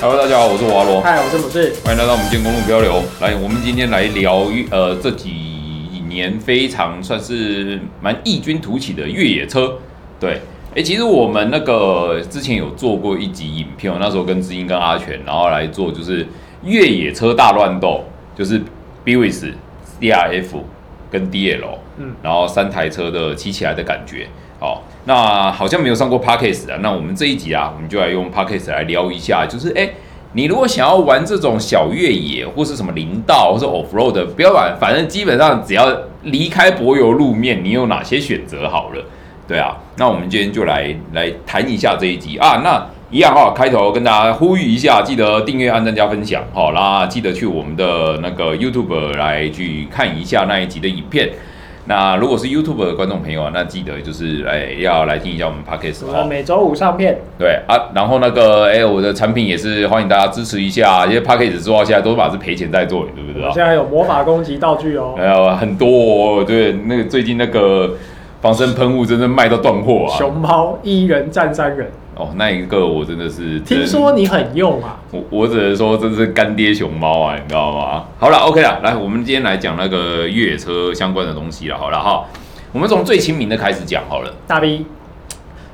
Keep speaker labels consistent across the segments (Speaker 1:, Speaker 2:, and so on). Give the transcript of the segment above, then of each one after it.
Speaker 1: Hello，大家好，我是华罗，
Speaker 2: 嗨，我是母志。
Speaker 1: 欢迎来到我们建公路漂流。来，我们今天来聊一呃这几年非常算是蛮异军突起的越野车。对，哎、其实我们那个之前有做过一集影片，我那时候跟知音跟阿全，然后来做就是越野车大乱斗，就是 b w i s DRF 跟 DL，
Speaker 2: 嗯
Speaker 1: 然后三台车的骑起来的感觉。好，那好像没有上过 Parkes 啊，那我们这一集啊，我们就来用 Parkes 来聊一下，就是哎。诶你如果想要玩这种小越野或是什么林道或是 off road 的，不要玩，反正基本上只要离开柏油路面，你有哪些选择好了？对啊，那我们今天就来来谈一下这一集啊。那一样哈、开头跟大家呼吁一下，记得订阅、按赞、加分享，好、啦，记得去我们的那个 YouTube 来去看一下那一集的影片。那如果是 YouTube 的观众朋友啊，那记得就是哎要来听一下我们 Podcast
Speaker 2: 我
Speaker 1: 哦
Speaker 2: 们。每周五上片，
Speaker 1: 对啊，然后那个，哎、我的产品也是欢迎大家支持一下，因为 p a c k a g e 做到现在都把是赔钱在做，你知不知
Speaker 2: 我们
Speaker 1: 道？
Speaker 2: 现在有魔法攻击道具哦，
Speaker 1: 还有很多、哦，对，那个最近那个防身喷雾真的卖到断货啊！
Speaker 2: 熊猫一人战三人。
Speaker 1: 哦，那一个我真的是只能
Speaker 2: 听说你很用啊，
Speaker 1: 我我只能说这是干爹熊猫啊，你知道吗？好了，OK 了，来，我们今天来讲那个越野车相关的东西了，好了哈，我们从最亲民的开始讲好了。
Speaker 2: 大 B，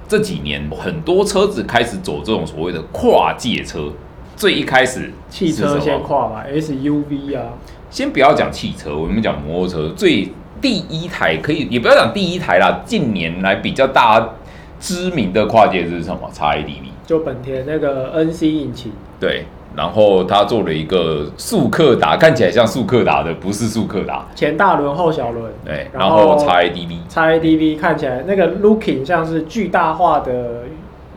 Speaker 1: 这几年很多车子开始走这种所谓的跨界车，最一开始
Speaker 2: 汽
Speaker 1: 是什
Speaker 2: 车
Speaker 1: 么
Speaker 2: 先跨吧，SUV 啊，
Speaker 1: 先不要讲汽车，我们讲摩托车。最第一台可以，也不要讲第一台啦，近年来比较大知名的跨界是什么？XADV。
Speaker 2: 就本田那个 NC 引擎，
Speaker 1: 对，然后他做了一个速克达，看起来像速克达的，不是速克达。
Speaker 2: 前大轮后小轮，
Speaker 1: 对，然
Speaker 2: 然
Speaker 1: 后
Speaker 2: 后
Speaker 1: XADV。
Speaker 2: ，XADV 看起来那个 looking 像是巨大化的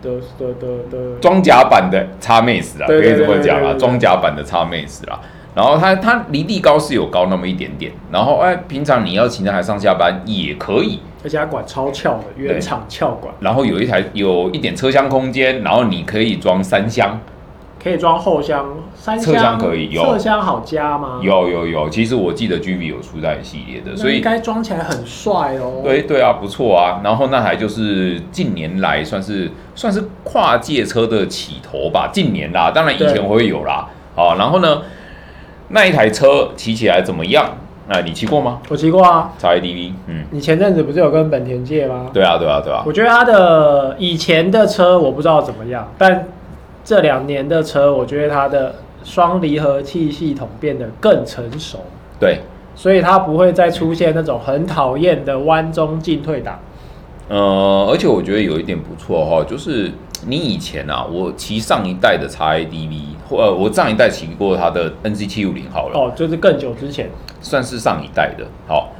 Speaker 2: 的的的的，
Speaker 1: 装甲版的叉妹子啊，可
Speaker 2: 对
Speaker 1: 以
Speaker 2: 对
Speaker 1: 这么讲
Speaker 2: 对对
Speaker 1: 啦，
Speaker 2: 对对
Speaker 1: 装甲版的叉妹子啦。然后它它离地高是有高那么一点点，然后哎，平常你要骑那台上下班也可以，
Speaker 2: 而且它管超翘的，原厂翘管，
Speaker 1: 然后有一台有一点车厢空间，然后你可以装三厢，
Speaker 2: 可以装后箱、三
Speaker 1: 侧箱可以有
Speaker 2: 侧箱好加吗？，
Speaker 1: 有有有，其实我记得 G V 有出在系列的，所
Speaker 2: 那应
Speaker 1: 以
Speaker 2: 该装起来很帅哦。
Speaker 1: 对对啊，不错啊。然后那台就是近年来算是算是跨界车的起头吧，近年啦，当然以前
Speaker 2: 对
Speaker 1: 会有啦。好，然后呢，那一台车骑起来怎么样？啊，你骑过吗
Speaker 2: 我骑过啊，
Speaker 1: ？XADV，嗯，
Speaker 2: 你前阵子不是有跟本田借吗？
Speaker 1: 对啊对啊对啊，
Speaker 2: 我觉得他的以前的车我不知道怎么样，但这两年的车，我觉得它的双离合器系统变得更成熟，
Speaker 1: 对，
Speaker 2: 所以它不会再出现那种很讨厌的弯中进退档。
Speaker 1: 呃，而且我觉得有一点不错哈、就是你以前啊，我骑上一代的 XADV，或呃，我上一代骑过它的 NC 七五零好了，
Speaker 2: 哦，就是更久之前，
Speaker 1: 算是上一代的。好，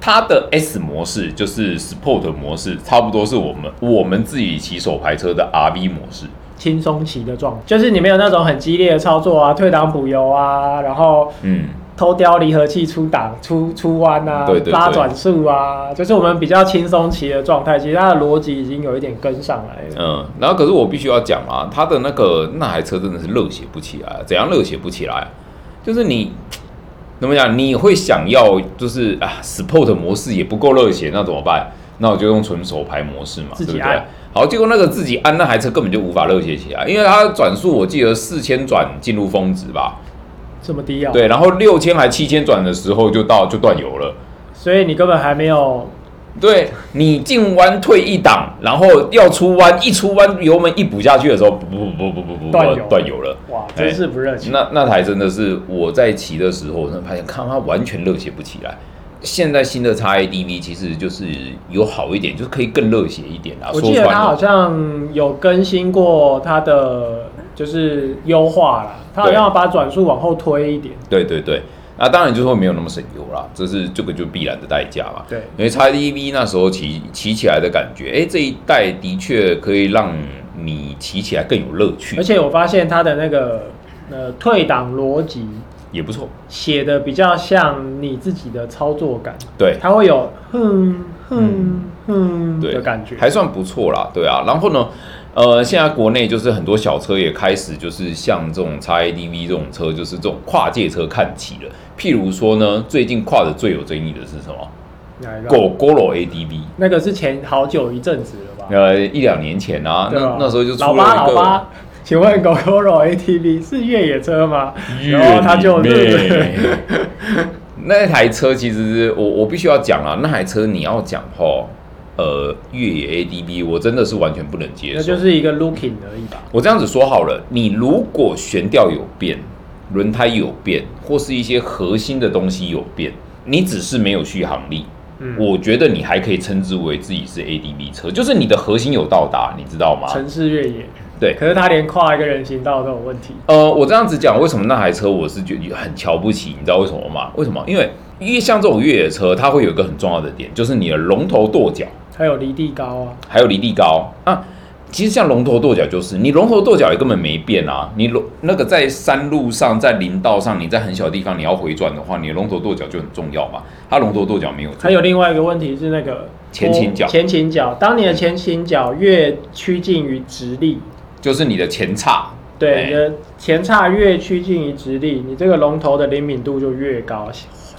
Speaker 1: 它的 S 模式就是 Sport 模式，差不多是我们我们自己骑手排车的 RV 模式。
Speaker 2: 轻松骑的状态，就是你没有那种很激烈的操作啊，退档补油啊，然后
Speaker 1: 嗯，
Speaker 2: 偷叼离合器出档、出出弯啊，
Speaker 1: 对对对
Speaker 2: 拉转速啊，就是我们比较轻松骑的状态。其实它的逻辑已经有一点跟上来了。
Speaker 1: 嗯，然后可是我必须要讲啊，他的那个那台车真的是热血不起来，啊怎样热血不起来？啊就是你怎么讲，你会想要就是啊，Sport 模式也不够热血，那怎么办？那我就用纯手排模式嘛，
Speaker 2: 自己
Speaker 1: 对不对
Speaker 2: 按？
Speaker 1: 好，结果那个自己按那台车根本就无法热血起来，因为它的转速我记得四千转进入峰值吧，
Speaker 2: 这么低啊、
Speaker 1: 对，然后六千还七千转的时候就到就断油了。
Speaker 2: 所以你根本还没有
Speaker 1: 对你进弯退一档，然后要出弯，一出弯油门一补下去的时候，不不不不不不
Speaker 2: 断油
Speaker 1: 断油了。
Speaker 2: 哇，
Speaker 1: 哎
Speaker 2: 真是不热情。
Speaker 1: 那那台真的是我在骑的时候，我真的发现，看它完全热血不起来。现在新的 XADV 其实就是有好一点，就是可以更热血一点啦。
Speaker 2: 我
Speaker 1: 说
Speaker 2: 记得
Speaker 1: 穿
Speaker 2: 它好
Speaker 1: 了，
Speaker 2: 像有更新过它的就是优化啦，它好像要把转速往后推一点。
Speaker 1: 对对对，那当然就是会没有那么省油啦，这是这个就必然的代价嘛。
Speaker 2: 对，
Speaker 1: 因为 XDV 那时候骑骑起来的感觉，哎、这一代的确可以让你骑起来更有乐趣
Speaker 2: 而，且我发现它的那个呃退档逻辑
Speaker 1: 也不错。
Speaker 2: 写的比较像你自己的操作感，
Speaker 1: 对
Speaker 2: 它会有嗯哼哼哼
Speaker 1: 对
Speaker 2: 的感觉。
Speaker 1: 还算不错啦，对啊。然后呢，呃，现在国内就是很多小车也开始就是像这种 XDV 这种车，就是这种跨界车看齐了。譬如说呢，最近跨的最有争议的是什么？
Speaker 2: 哪一个
Speaker 1: 狗 g o r o ADV。
Speaker 2: 那个是前好久一阵子了吧？
Speaker 1: 呃，一两年前啊，那
Speaker 2: 对啊
Speaker 1: 那时候就出
Speaker 2: 老
Speaker 1: 了
Speaker 2: 八
Speaker 1: 一
Speaker 2: 老
Speaker 1: 个
Speaker 2: 八，请问 GoGoRo ATV 是越野车吗？然后他就日本
Speaker 1: 月你妹 那台车其实我我必须要讲啊，那台车你要讲吼，呃，越野 ADB 我真的是完全不能接
Speaker 2: 那
Speaker 1: 受
Speaker 2: 就。是一个 looking 而已吧。
Speaker 1: 我这样子说好了，你如果悬吊有变，轮胎有变，或是一些核心的东西有变，你只是没有续航力，
Speaker 2: 嗯，
Speaker 1: 我觉得你还可以称之为自己是 ADB 车，就是你的核心有到达，你知道吗？
Speaker 2: 城市越野，
Speaker 1: 啊对，
Speaker 2: 可是他连跨一个人行道都有问题。
Speaker 1: 呃，我这样子讲，为什么那台车我是觉得很瞧不起？你知道为什么吗？为什么？因为因为像这种越野车，它会有一个很重要的点，就是你的龙头跺脚
Speaker 2: 还有离地高啊，
Speaker 1: 还有离地高啊。其实像龙头跺脚就是，你龙头跺脚也根本没变啊。你龙那个在山路上、在林道上，你在很小地方你要回转的话，你的龙头跺脚就很重要嘛。它龙头跺脚没有做，
Speaker 2: 还有另外一个问题是那个哦
Speaker 1: 前倾角
Speaker 2: 前倾角，当你的前倾角越趋近于直立，
Speaker 1: 就是你的前叉，
Speaker 2: 对，
Speaker 1: 哎
Speaker 2: 你的前叉越趋近于直立，你这个龙头的灵敏度就越高。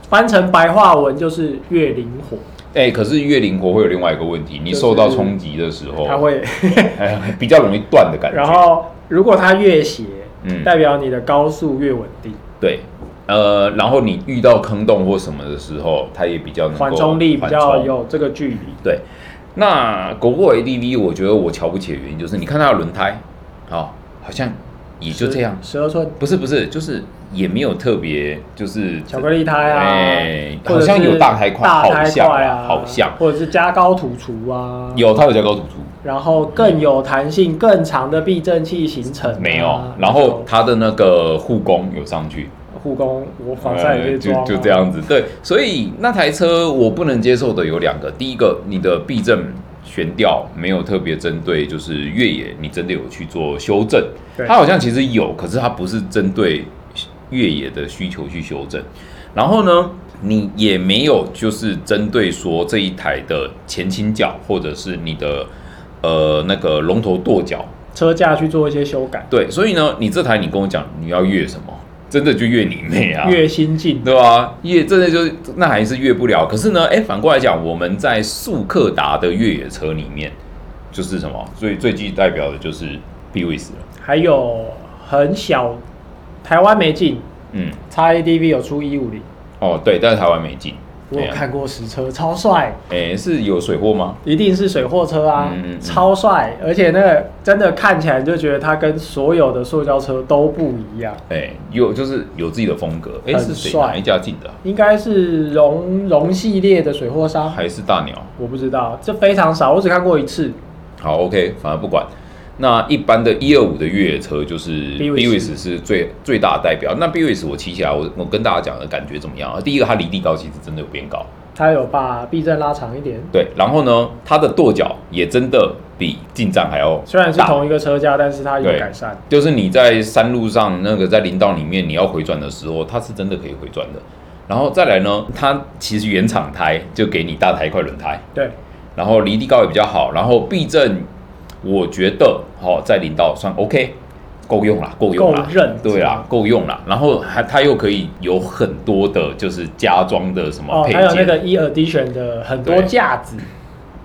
Speaker 2: 翻成白话文就是越灵活，
Speaker 1: 哎、可是越灵活会有另外一个问题，你
Speaker 2: 就是
Speaker 1: 受到冲击的时候，
Speaker 2: 它会。
Speaker 1: 哎 比较容易断的感觉。
Speaker 2: 然后如果它越斜，
Speaker 1: 嗯
Speaker 2: 代表你的高速越稳定，
Speaker 1: 对，呃，然后你遇到坑洞或什么的时候，它也比较能够
Speaker 2: 缓冲力比
Speaker 1: 嗯缓
Speaker 2: 较
Speaker 1: 冲。
Speaker 2: 有这个距离。
Speaker 1: 对，那狗狗 ADV，我觉得我瞧不起的原因就是，你看它的轮胎，哦，好像也就这样，
Speaker 2: 十二寸
Speaker 1: 不是不是，就是也没有特别就是
Speaker 2: 巧克力胎啊，
Speaker 1: 哎
Speaker 2: 或者
Speaker 1: 好像
Speaker 2: 是
Speaker 1: 有大胎款
Speaker 2: 大
Speaker 1: 好
Speaker 2: 胎
Speaker 1: 像啊
Speaker 2: 块啊，
Speaker 1: 好像
Speaker 2: 或者是加高土厨啊，，
Speaker 1: 有它有加高赌注。
Speaker 2: 然后更有弹性、更长的避震器行程啊、
Speaker 1: 没有，然后它的那个护工有上去，
Speaker 2: 护工我防晒也可以
Speaker 1: 哎呃就
Speaker 2: 装啊、
Speaker 1: 就这样子。对，所以那台车我不能接受的有两个，第一个，你的避震悬吊没有特别针对，就是越野，你真的有去做修正。
Speaker 2: 对
Speaker 1: 它好像其实有，可是它不是针对越野的需求去修正。然后呢，你也没有就是针对说这一台的前倾角或者是你的呃那个龙头跺脚
Speaker 2: 车架去做一些修改，
Speaker 1: 对，所以呢，你这台你跟我讲你要越什么，真的就越你妹啊，
Speaker 2: 越新进
Speaker 1: 对吧、越真的就是那还是越不了。可是呢，哎，反过来讲，我们在速克达的越野车里面，就是什么最最具代表的就是 b w i s 了，
Speaker 2: 还有很小，台湾没进
Speaker 1: 嗯，
Speaker 2: ，XADV 有出一五零，
Speaker 1: 哦对，但是台湾没进，
Speaker 2: 我
Speaker 1: 对
Speaker 2: 有
Speaker 1: 啊，
Speaker 2: 看过实车，超帅。
Speaker 1: 哎，是有水货吗？
Speaker 2: 一定是水货车啊，
Speaker 1: 嗯嗯嗯
Speaker 2: 超帅，而且那个真的看起来你就觉得它跟所有的塑胶车都不一样。
Speaker 1: 哎，有就是有自己的风格，哎，
Speaker 2: 很
Speaker 1: 是谁
Speaker 2: 帅
Speaker 1: 哪一家进的啊？
Speaker 2: 应该是荣荣系列的水货商，
Speaker 1: 还是大鸟？
Speaker 2: 我不知道，这非常少，我只看过一次。
Speaker 1: 好，OK，反正不管。那一般的一二五的越野车就是
Speaker 2: Buick
Speaker 1: b w i s 是最最大的代表。那 b w i s 我骑起来，我我跟大家讲的感觉怎么样啊？第一个，它离地高其实真的有变高，
Speaker 2: 它有把避震拉长一点，
Speaker 1: 对。然后呢，它的跺脚也真的比进站还要
Speaker 2: 虽然是
Speaker 1: 大
Speaker 2: 同一个车架，但是它有
Speaker 1: 对
Speaker 2: 改善。
Speaker 1: 就是你在山路上那个在林道里面，你要回转的时候，它是真的可以回转的。然后再来呢，它其实原厂胎就给你大胎快轮胎，
Speaker 2: 对，
Speaker 1: 然后离地高也比较好，然后避震，我觉得好、哦、在林道算 OK，够用啦，够用啦
Speaker 2: 够认，
Speaker 1: 对啦，够用啦。然后还它又可以有很多的，就是加装的什么
Speaker 2: 哦，
Speaker 1: 配
Speaker 2: 还有那
Speaker 1: 件、
Speaker 2: 个 E Edition 的很多
Speaker 1: 对
Speaker 2: 架子，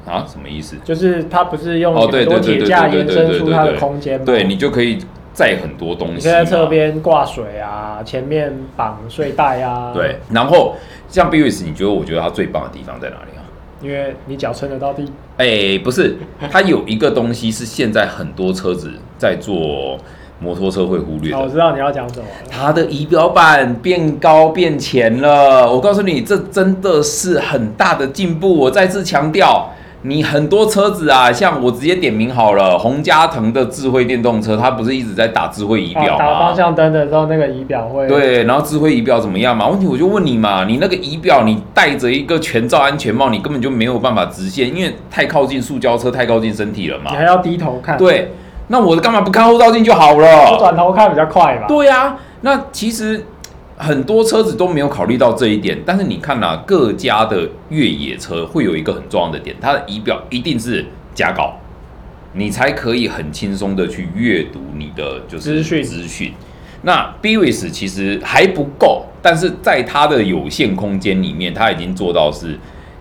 Speaker 1: 啊，什么意思？
Speaker 2: 就是它不是用
Speaker 1: 哦
Speaker 2: 很
Speaker 1: 对
Speaker 2: 多
Speaker 1: 对对
Speaker 2: 铁
Speaker 1: 对
Speaker 2: 架
Speaker 1: 对
Speaker 2: 延
Speaker 1: 对
Speaker 2: 伸
Speaker 1: 对
Speaker 2: 出
Speaker 1: 对
Speaker 2: 它的
Speaker 1: 对
Speaker 2: 空间吗？
Speaker 1: 对你就可以载很多东西嘛。
Speaker 2: 你可以在侧边挂水啊，前面绑睡袋啊。
Speaker 1: 对，，然后像 b u i s 你觉得我觉得它最棒的地方在哪里啊？
Speaker 2: 因为你脚撑得到地。
Speaker 1: 哎、不是，它有一个东西是现在很多车子在做，摩托车会忽略的
Speaker 2: 哦，我，知道你要讲什么了。
Speaker 1: 它的仪表板变高变前了。我告诉你，这真的是很大的进步。我再次强调，你很多车子啊，像我直接点名好了，红加腾的智慧电动车，它不是一直在打智慧仪
Speaker 2: 啊
Speaker 1: 表
Speaker 2: 打方
Speaker 1: 吗？
Speaker 2: 向灯的时候，那个仪表会
Speaker 1: 对，然后智慧仪表怎么样嘛？问题我就问你嘛，你那个仪表，你戴着一个全罩安全帽，你根本就没有办法直线，因为太靠近塑胶车，太靠近身体了嘛
Speaker 2: 你。还要低头看，，
Speaker 1: 对，那我干嘛不看后照镜就好
Speaker 2: 我
Speaker 1: 了？
Speaker 2: 转头看比较快吧。
Speaker 1: 对呀、那其实很多车子都没有考虑到这一点，但是你看呐、啊各家的越野车会有一个很重要的点，它的仪表一定是加高，你才可以很轻松的去阅读你的就是
Speaker 2: 资讯
Speaker 1: 资讯。那 b w i s 其实还不够，但是在它的有限空间里面，它已经做到是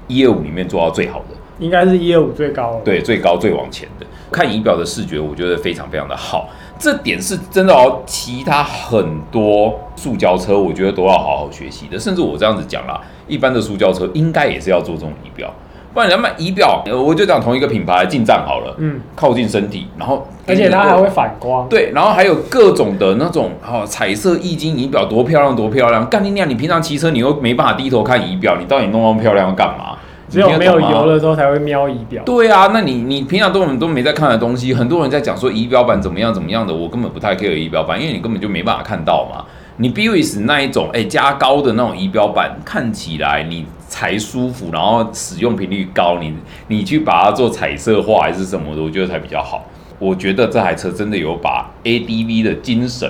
Speaker 1: 业务里面做到最好的。
Speaker 2: 应该是一二五最高了。，
Speaker 1: 对，最高最往前的。看仪表的视觉，我觉得非常非常的好。这点是真的哦，其他很多塑胶车，我觉得都要好好学习的。甚至我这样子讲啦，一般的塑胶车应该也是要做这种仪表，不然人家卖仪表，呃我就讲同一个品牌进站好了，
Speaker 2: 嗯，
Speaker 1: 靠近身体，然后
Speaker 2: 而且它还会反光，
Speaker 1: 对，然后还有各种的那种哦，彩色易经仪表多漂亮多漂亮，干你娘！你平常骑车你又没办法低头看仪表，你到底弄那么漂亮要干嘛？
Speaker 2: 只有
Speaker 1: 你
Speaker 2: 没
Speaker 1: 听得
Speaker 2: 有
Speaker 1: 懂啊吗
Speaker 2: 油了之后才会瞄仪表。
Speaker 1: 对啊，那你你平常都我们都没在看的东西，很多人在讲说仪表板怎么样怎么样的，我根本不太 care 仪表板，因为你根本就没办法看到嘛。你 BWS 那一种，哎、加高的那种仪表板，看起来你才舒服，然后使用频率高，你你去把它做彩色化还是什么的，我觉得才比较好。我觉得这台车真的有把 ADV 的精神，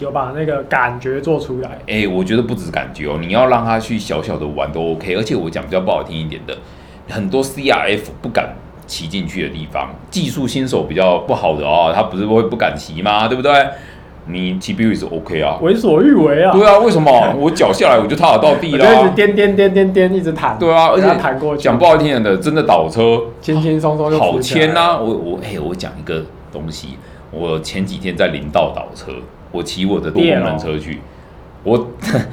Speaker 2: 有把那个感觉做出来。
Speaker 1: 哎、我觉得不止感觉哦，你要让他去小小的玩都 OK。而且我讲比较不好听一点的，很多 CRF 不敢骑进去的地方，技术新手比较不好的哦，他不是会不敢骑吗？对不对？你骑 BU 是 OK 啊，
Speaker 2: 为所欲为啊！
Speaker 1: 对啊，为什么我脚下来我就踏得到地
Speaker 2: 我就一
Speaker 1: 啦
Speaker 2: 直？颠颠颠颠颠，一直弹。
Speaker 1: 对啊，而
Speaker 2: 给它弹过
Speaker 1: 且
Speaker 2: 去，
Speaker 1: 讲不好听点的，真的倒车
Speaker 2: 轻轻松松就
Speaker 1: 好
Speaker 2: 浮起来
Speaker 1: 签呐、我我哎、我讲一个东西，我前几天在林道倒车，我骑我的多功能车
Speaker 2: 哦
Speaker 1: 去，我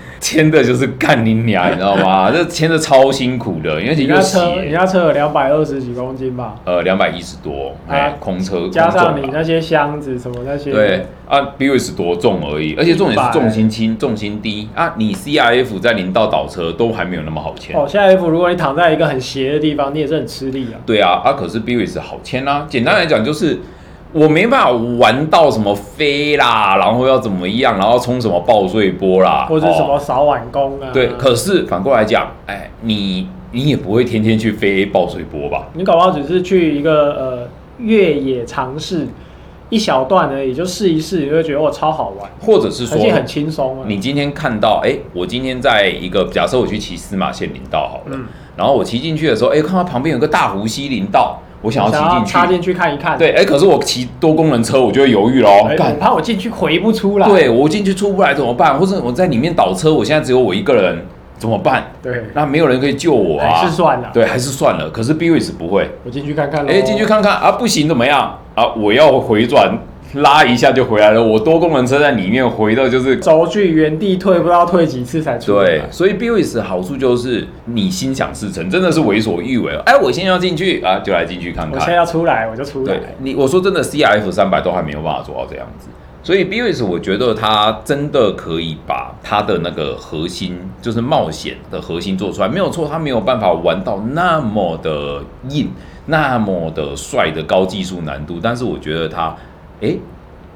Speaker 1: 签的就是干你娘，你知道吗？这签的超辛苦的，因为
Speaker 2: 你
Speaker 1: 你
Speaker 2: 那
Speaker 1: 又
Speaker 2: 车，你
Speaker 1: 斜，
Speaker 2: 那车有两百二十几公斤吧？
Speaker 1: 呃，两百一十多，哎、
Speaker 2: 啊
Speaker 1: 空车
Speaker 2: 加上
Speaker 1: 空
Speaker 2: 你
Speaker 1: 重吧啊
Speaker 2: 那些箱子什么那些，
Speaker 1: 对，啊，B U S 多重而已，而且重点是重心轻，重心低啊。你 C R F 在林道倒车都还没有那么好签，
Speaker 2: 哦，下一步如果你躺在一个很斜的地方，你也是很吃力啊。
Speaker 1: 对啊，啊，可是 b w s 好签啦、简单来讲就是，我没办法玩到什么飞啦，然后要怎么样，然后冲什么爆碎波啦，
Speaker 2: 或者是什么
Speaker 1: 哦
Speaker 2: 扫碗工啊？
Speaker 1: 对，可是反过来讲，哎，你你也不会天天去飞爆碎波吧？
Speaker 2: 你搞不好只是去一个呃越野尝试一小段而已，就试一试，你就会觉得哦超好玩，
Speaker 1: 或者是
Speaker 2: 而
Speaker 1: 说，
Speaker 2: 且很轻松啊。
Speaker 1: 你今天看到，哎、我今天在一个假设我去骑司马县林道好了，
Speaker 2: 嗯
Speaker 1: 然后我骑进去的时候，哎、看到旁边有个大湖溪林道，我想要骑
Speaker 2: 想要
Speaker 1: 进
Speaker 2: 插
Speaker 1: 去，
Speaker 2: 进去看一看，
Speaker 1: 对，哎、可是我骑多功能车，我就会犹豫喽
Speaker 2: 哎，，
Speaker 1: 干、
Speaker 2: 我怕我进去回不出来。
Speaker 1: 对我进去出不来怎么办？或者我在里面倒车，我现在只有我一个人怎么办？
Speaker 2: 对，
Speaker 1: 那没有人可以救我啊！
Speaker 2: 还是算了，哦
Speaker 1: 对，还是算了。可是 b w i s 不会，
Speaker 2: 我进去看看咯。
Speaker 1: 哎，进去看看啊，不行怎么样啊？我要回转拉一下就回来了。我多功能车在里面回到就是
Speaker 2: 轴距原地退，不知道退几次才出来。
Speaker 1: 对，所以 b w i s 好处就是你心想事成，真的是为所欲为。哎，我现在要进去啊，就来进去看
Speaker 2: 我现在
Speaker 1: 看。
Speaker 2: 要出来，我就出来
Speaker 1: 对。你，我说真的，CRF 三百都还没有办法做到这样子。所以 b w i s 我觉得它真的可以把它的那个核心，就是冒险的核心做出来，没有错，它没有办法玩到那么的硬，那么的帅的高技术难度，但是我觉得它，诶，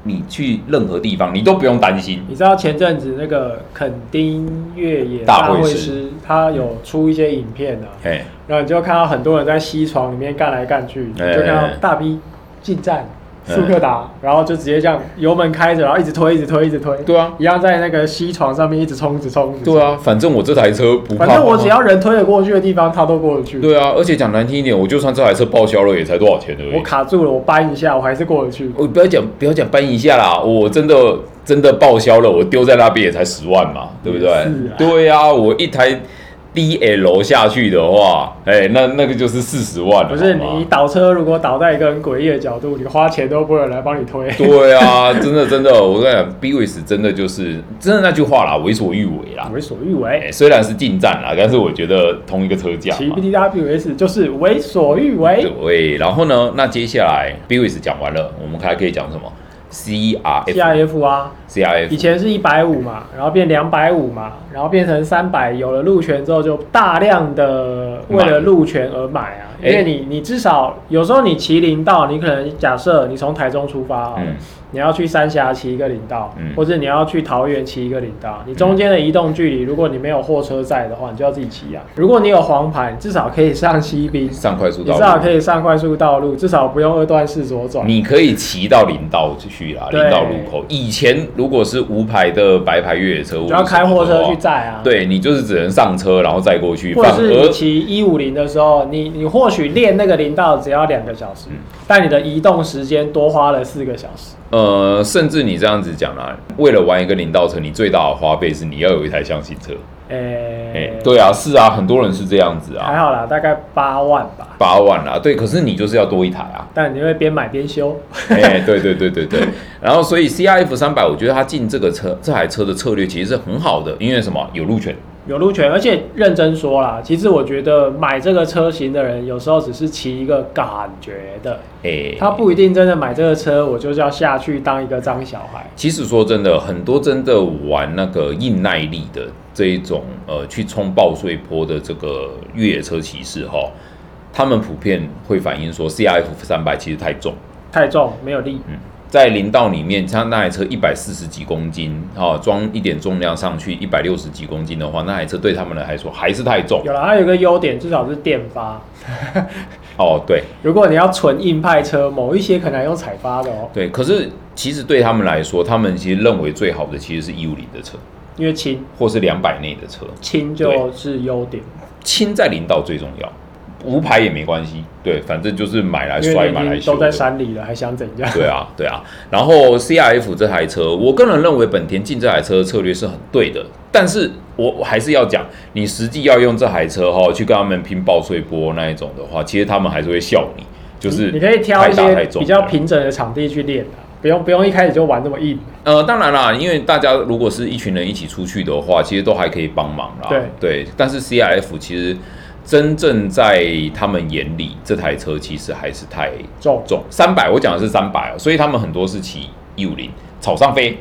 Speaker 1: 你去任何地方你都不用担心，
Speaker 2: 你知道前阵子那个垦丁越野
Speaker 1: 大会
Speaker 2: 会
Speaker 1: 师
Speaker 2: 师，他有出一些影片啊，
Speaker 1: 哎，
Speaker 2: 然后你就看到很多人在西床里面干来干去，你
Speaker 1: 哎
Speaker 2: 就看到大 B 进站、速克达，然后就直接这样油门开着，然后一直推，一直推，一直推，
Speaker 1: 对啊，
Speaker 2: 一样在那个西床上面一直冲，一直冲，一直冲
Speaker 1: 对，啊，反正我这台车不怕，
Speaker 2: 反正我只要人推得过去的地方，他都过得去。
Speaker 1: 对啊，而且讲难听一点，我就算这台车报销了，也才多少钱而已。
Speaker 2: 我卡住了，我扳一下，我还是过得去。
Speaker 1: 我不要讲不要讲搬一下啦，我真的真的报销了，我丢在那边也才十万嘛，对不对？
Speaker 2: 也是啊
Speaker 1: 对呀、啊，我一台 DL 下去的话，哎、那那个就是四十万了，
Speaker 2: 不是
Speaker 1: 好吗
Speaker 2: 你倒车，如果倒在一个很诡异的角度，你花钱都不会有人来帮你推。
Speaker 1: 对啊， 真的真的，我跟你讲，BWS 真的就是真的那句话啦，为所欲为啦。
Speaker 2: 为所欲
Speaker 1: 哎、
Speaker 2: 为。
Speaker 1: 虽然是进站啦，但是我觉得同一个车价
Speaker 2: 骑
Speaker 1: 嘛。
Speaker 2: BDWS 就是为所欲为，
Speaker 1: 对，然后呢？那接下来 BWS 讲完了，我们还可以讲什么？CRF
Speaker 2: CIF 啊，以
Speaker 1: CRF
Speaker 2: 前是一百五嘛，然后变两百五嘛，然后变成三百，有了路权之后就大量的为了路权而买啊，
Speaker 1: 买
Speaker 2: 因为你你至少有时候你骑林道，你可能假设你从台中出发啊，
Speaker 1: 嗯
Speaker 2: 你要去三峡骑一个林道，
Speaker 1: 嗯
Speaker 2: 或者你要去桃园骑一个林道，你中间的移动距离，如果你没有货车在的话，你就要自己骑啊。如果你有黄牌，你至少可以上西滨，
Speaker 1: 上快速
Speaker 2: 你
Speaker 1: 道
Speaker 2: 至
Speaker 1: 路，
Speaker 2: 少可以上快速道路，至少不用二段式左转。
Speaker 1: 你可以骑到林道去啦，
Speaker 2: 对
Speaker 1: 林道路口。以前如果是无牌的白牌越野车，
Speaker 2: 就要开货车去载啊。，
Speaker 1: 哦对你就是只能上车然后再过去，
Speaker 2: 或者
Speaker 1: 反
Speaker 2: 是你
Speaker 1: 而
Speaker 2: 骑一五零的时候，你你或许练那个林道只要两个小时，
Speaker 1: 嗯
Speaker 2: 但你的移动时间多花了四个小时。
Speaker 1: 啊呃，甚至你这样子讲啦，为了玩一个林道车，你最大的花费是你要有一台箱型车。
Speaker 2: 诶、
Speaker 1: 哎、对啊，是啊，很多人是这样子
Speaker 2: 还
Speaker 1: 啊，
Speaker 2: 好啦，大概八万吧。
Speaker 1: 八万啦，对，可是你就是要多一台啊。
Speaker 2: 但你会边买边修，
Speaker 1: 哎，对对对对对。然后，所以 C R F 三百，我觉得它进这个车这台车的策略其实是很好的，因为什么有路权，
Speaker 2: 有路权，而且认真说啦，其实我觉得买这个车型的人，有时候只是骑一个感觉的，
Speaker 1: 哎，
Speaker 2: 他不一定真的买这个车，我就是要下去当一个脏小孩。
Speaker 1: 其实说真的，很多真的玩那个硬耐力的这一种，呃，去冲爆碎坡的这个越野车骑士哈，他们普遍会反映说 C R F 三百其实太重。
Speaker 2: 太重没有力，
Speaker 1: 嗯在林道里面，像那台车一百四十几公斤，哦，装一点重量上去一百六十几公斤的话，那台车对他们来说还是太重。
Speaker 2: 有了它有个优点，至少是电发。
Speaker 1: 哦，对，
Speaker 2: 如果你要纯硬派车，某一些可能还用采发的哦，
Speaker 1: 对，可是其实对他们来说，他们其实认为最好的其实是一五零的车，
Speaker 2: 因为轻
Speaker 1: 或是两百内的车，
Speaker 2: 轻就是优点，
Speaker 1: 轻在零道最重要，无牌也没关系。对，反正就是买来
Speaker 2: 因为
Speaker 1: 摔，买
Speaker 2: 你
Speaker 1: 来
Speaker 2: 已经
Speaker 1: 修
Speaker 2: 都在
Speaker 1: 的。
Speaker 2: 山里了，还想怎样？
Speaker 1: 对啊，对啊。然后 C R F 这台车，我个人认为本田进这台车的策略是很对的，但是我我还是要讲，你实际要用这台车哈、去跟他们拼爆碎波那一种的话，其实他们还是会笑你，就是
Speaker 2: 你你可以挑一
Speaker 1: 太大
Speaker 2: 些
Speaker 1: 太重
Speaker 2: 比较
Speaker 1: 了
Speaker 2: 平整的场地去练啊，不用不用一开始就玩那么硬。
Speaker 1: 呃，当然啦，因为大家如果是一群人一起出去的话，其实都还可以帮忙啦。
Speaker 2: 对
Speaker 1: 但是 CRF 其实真正在他们眼里，这台车其实还是太
Speaker 2: 重
Speaker 1: 重。三百，我讲的是三百、哦，所以他们很多是骑一五零草上飞，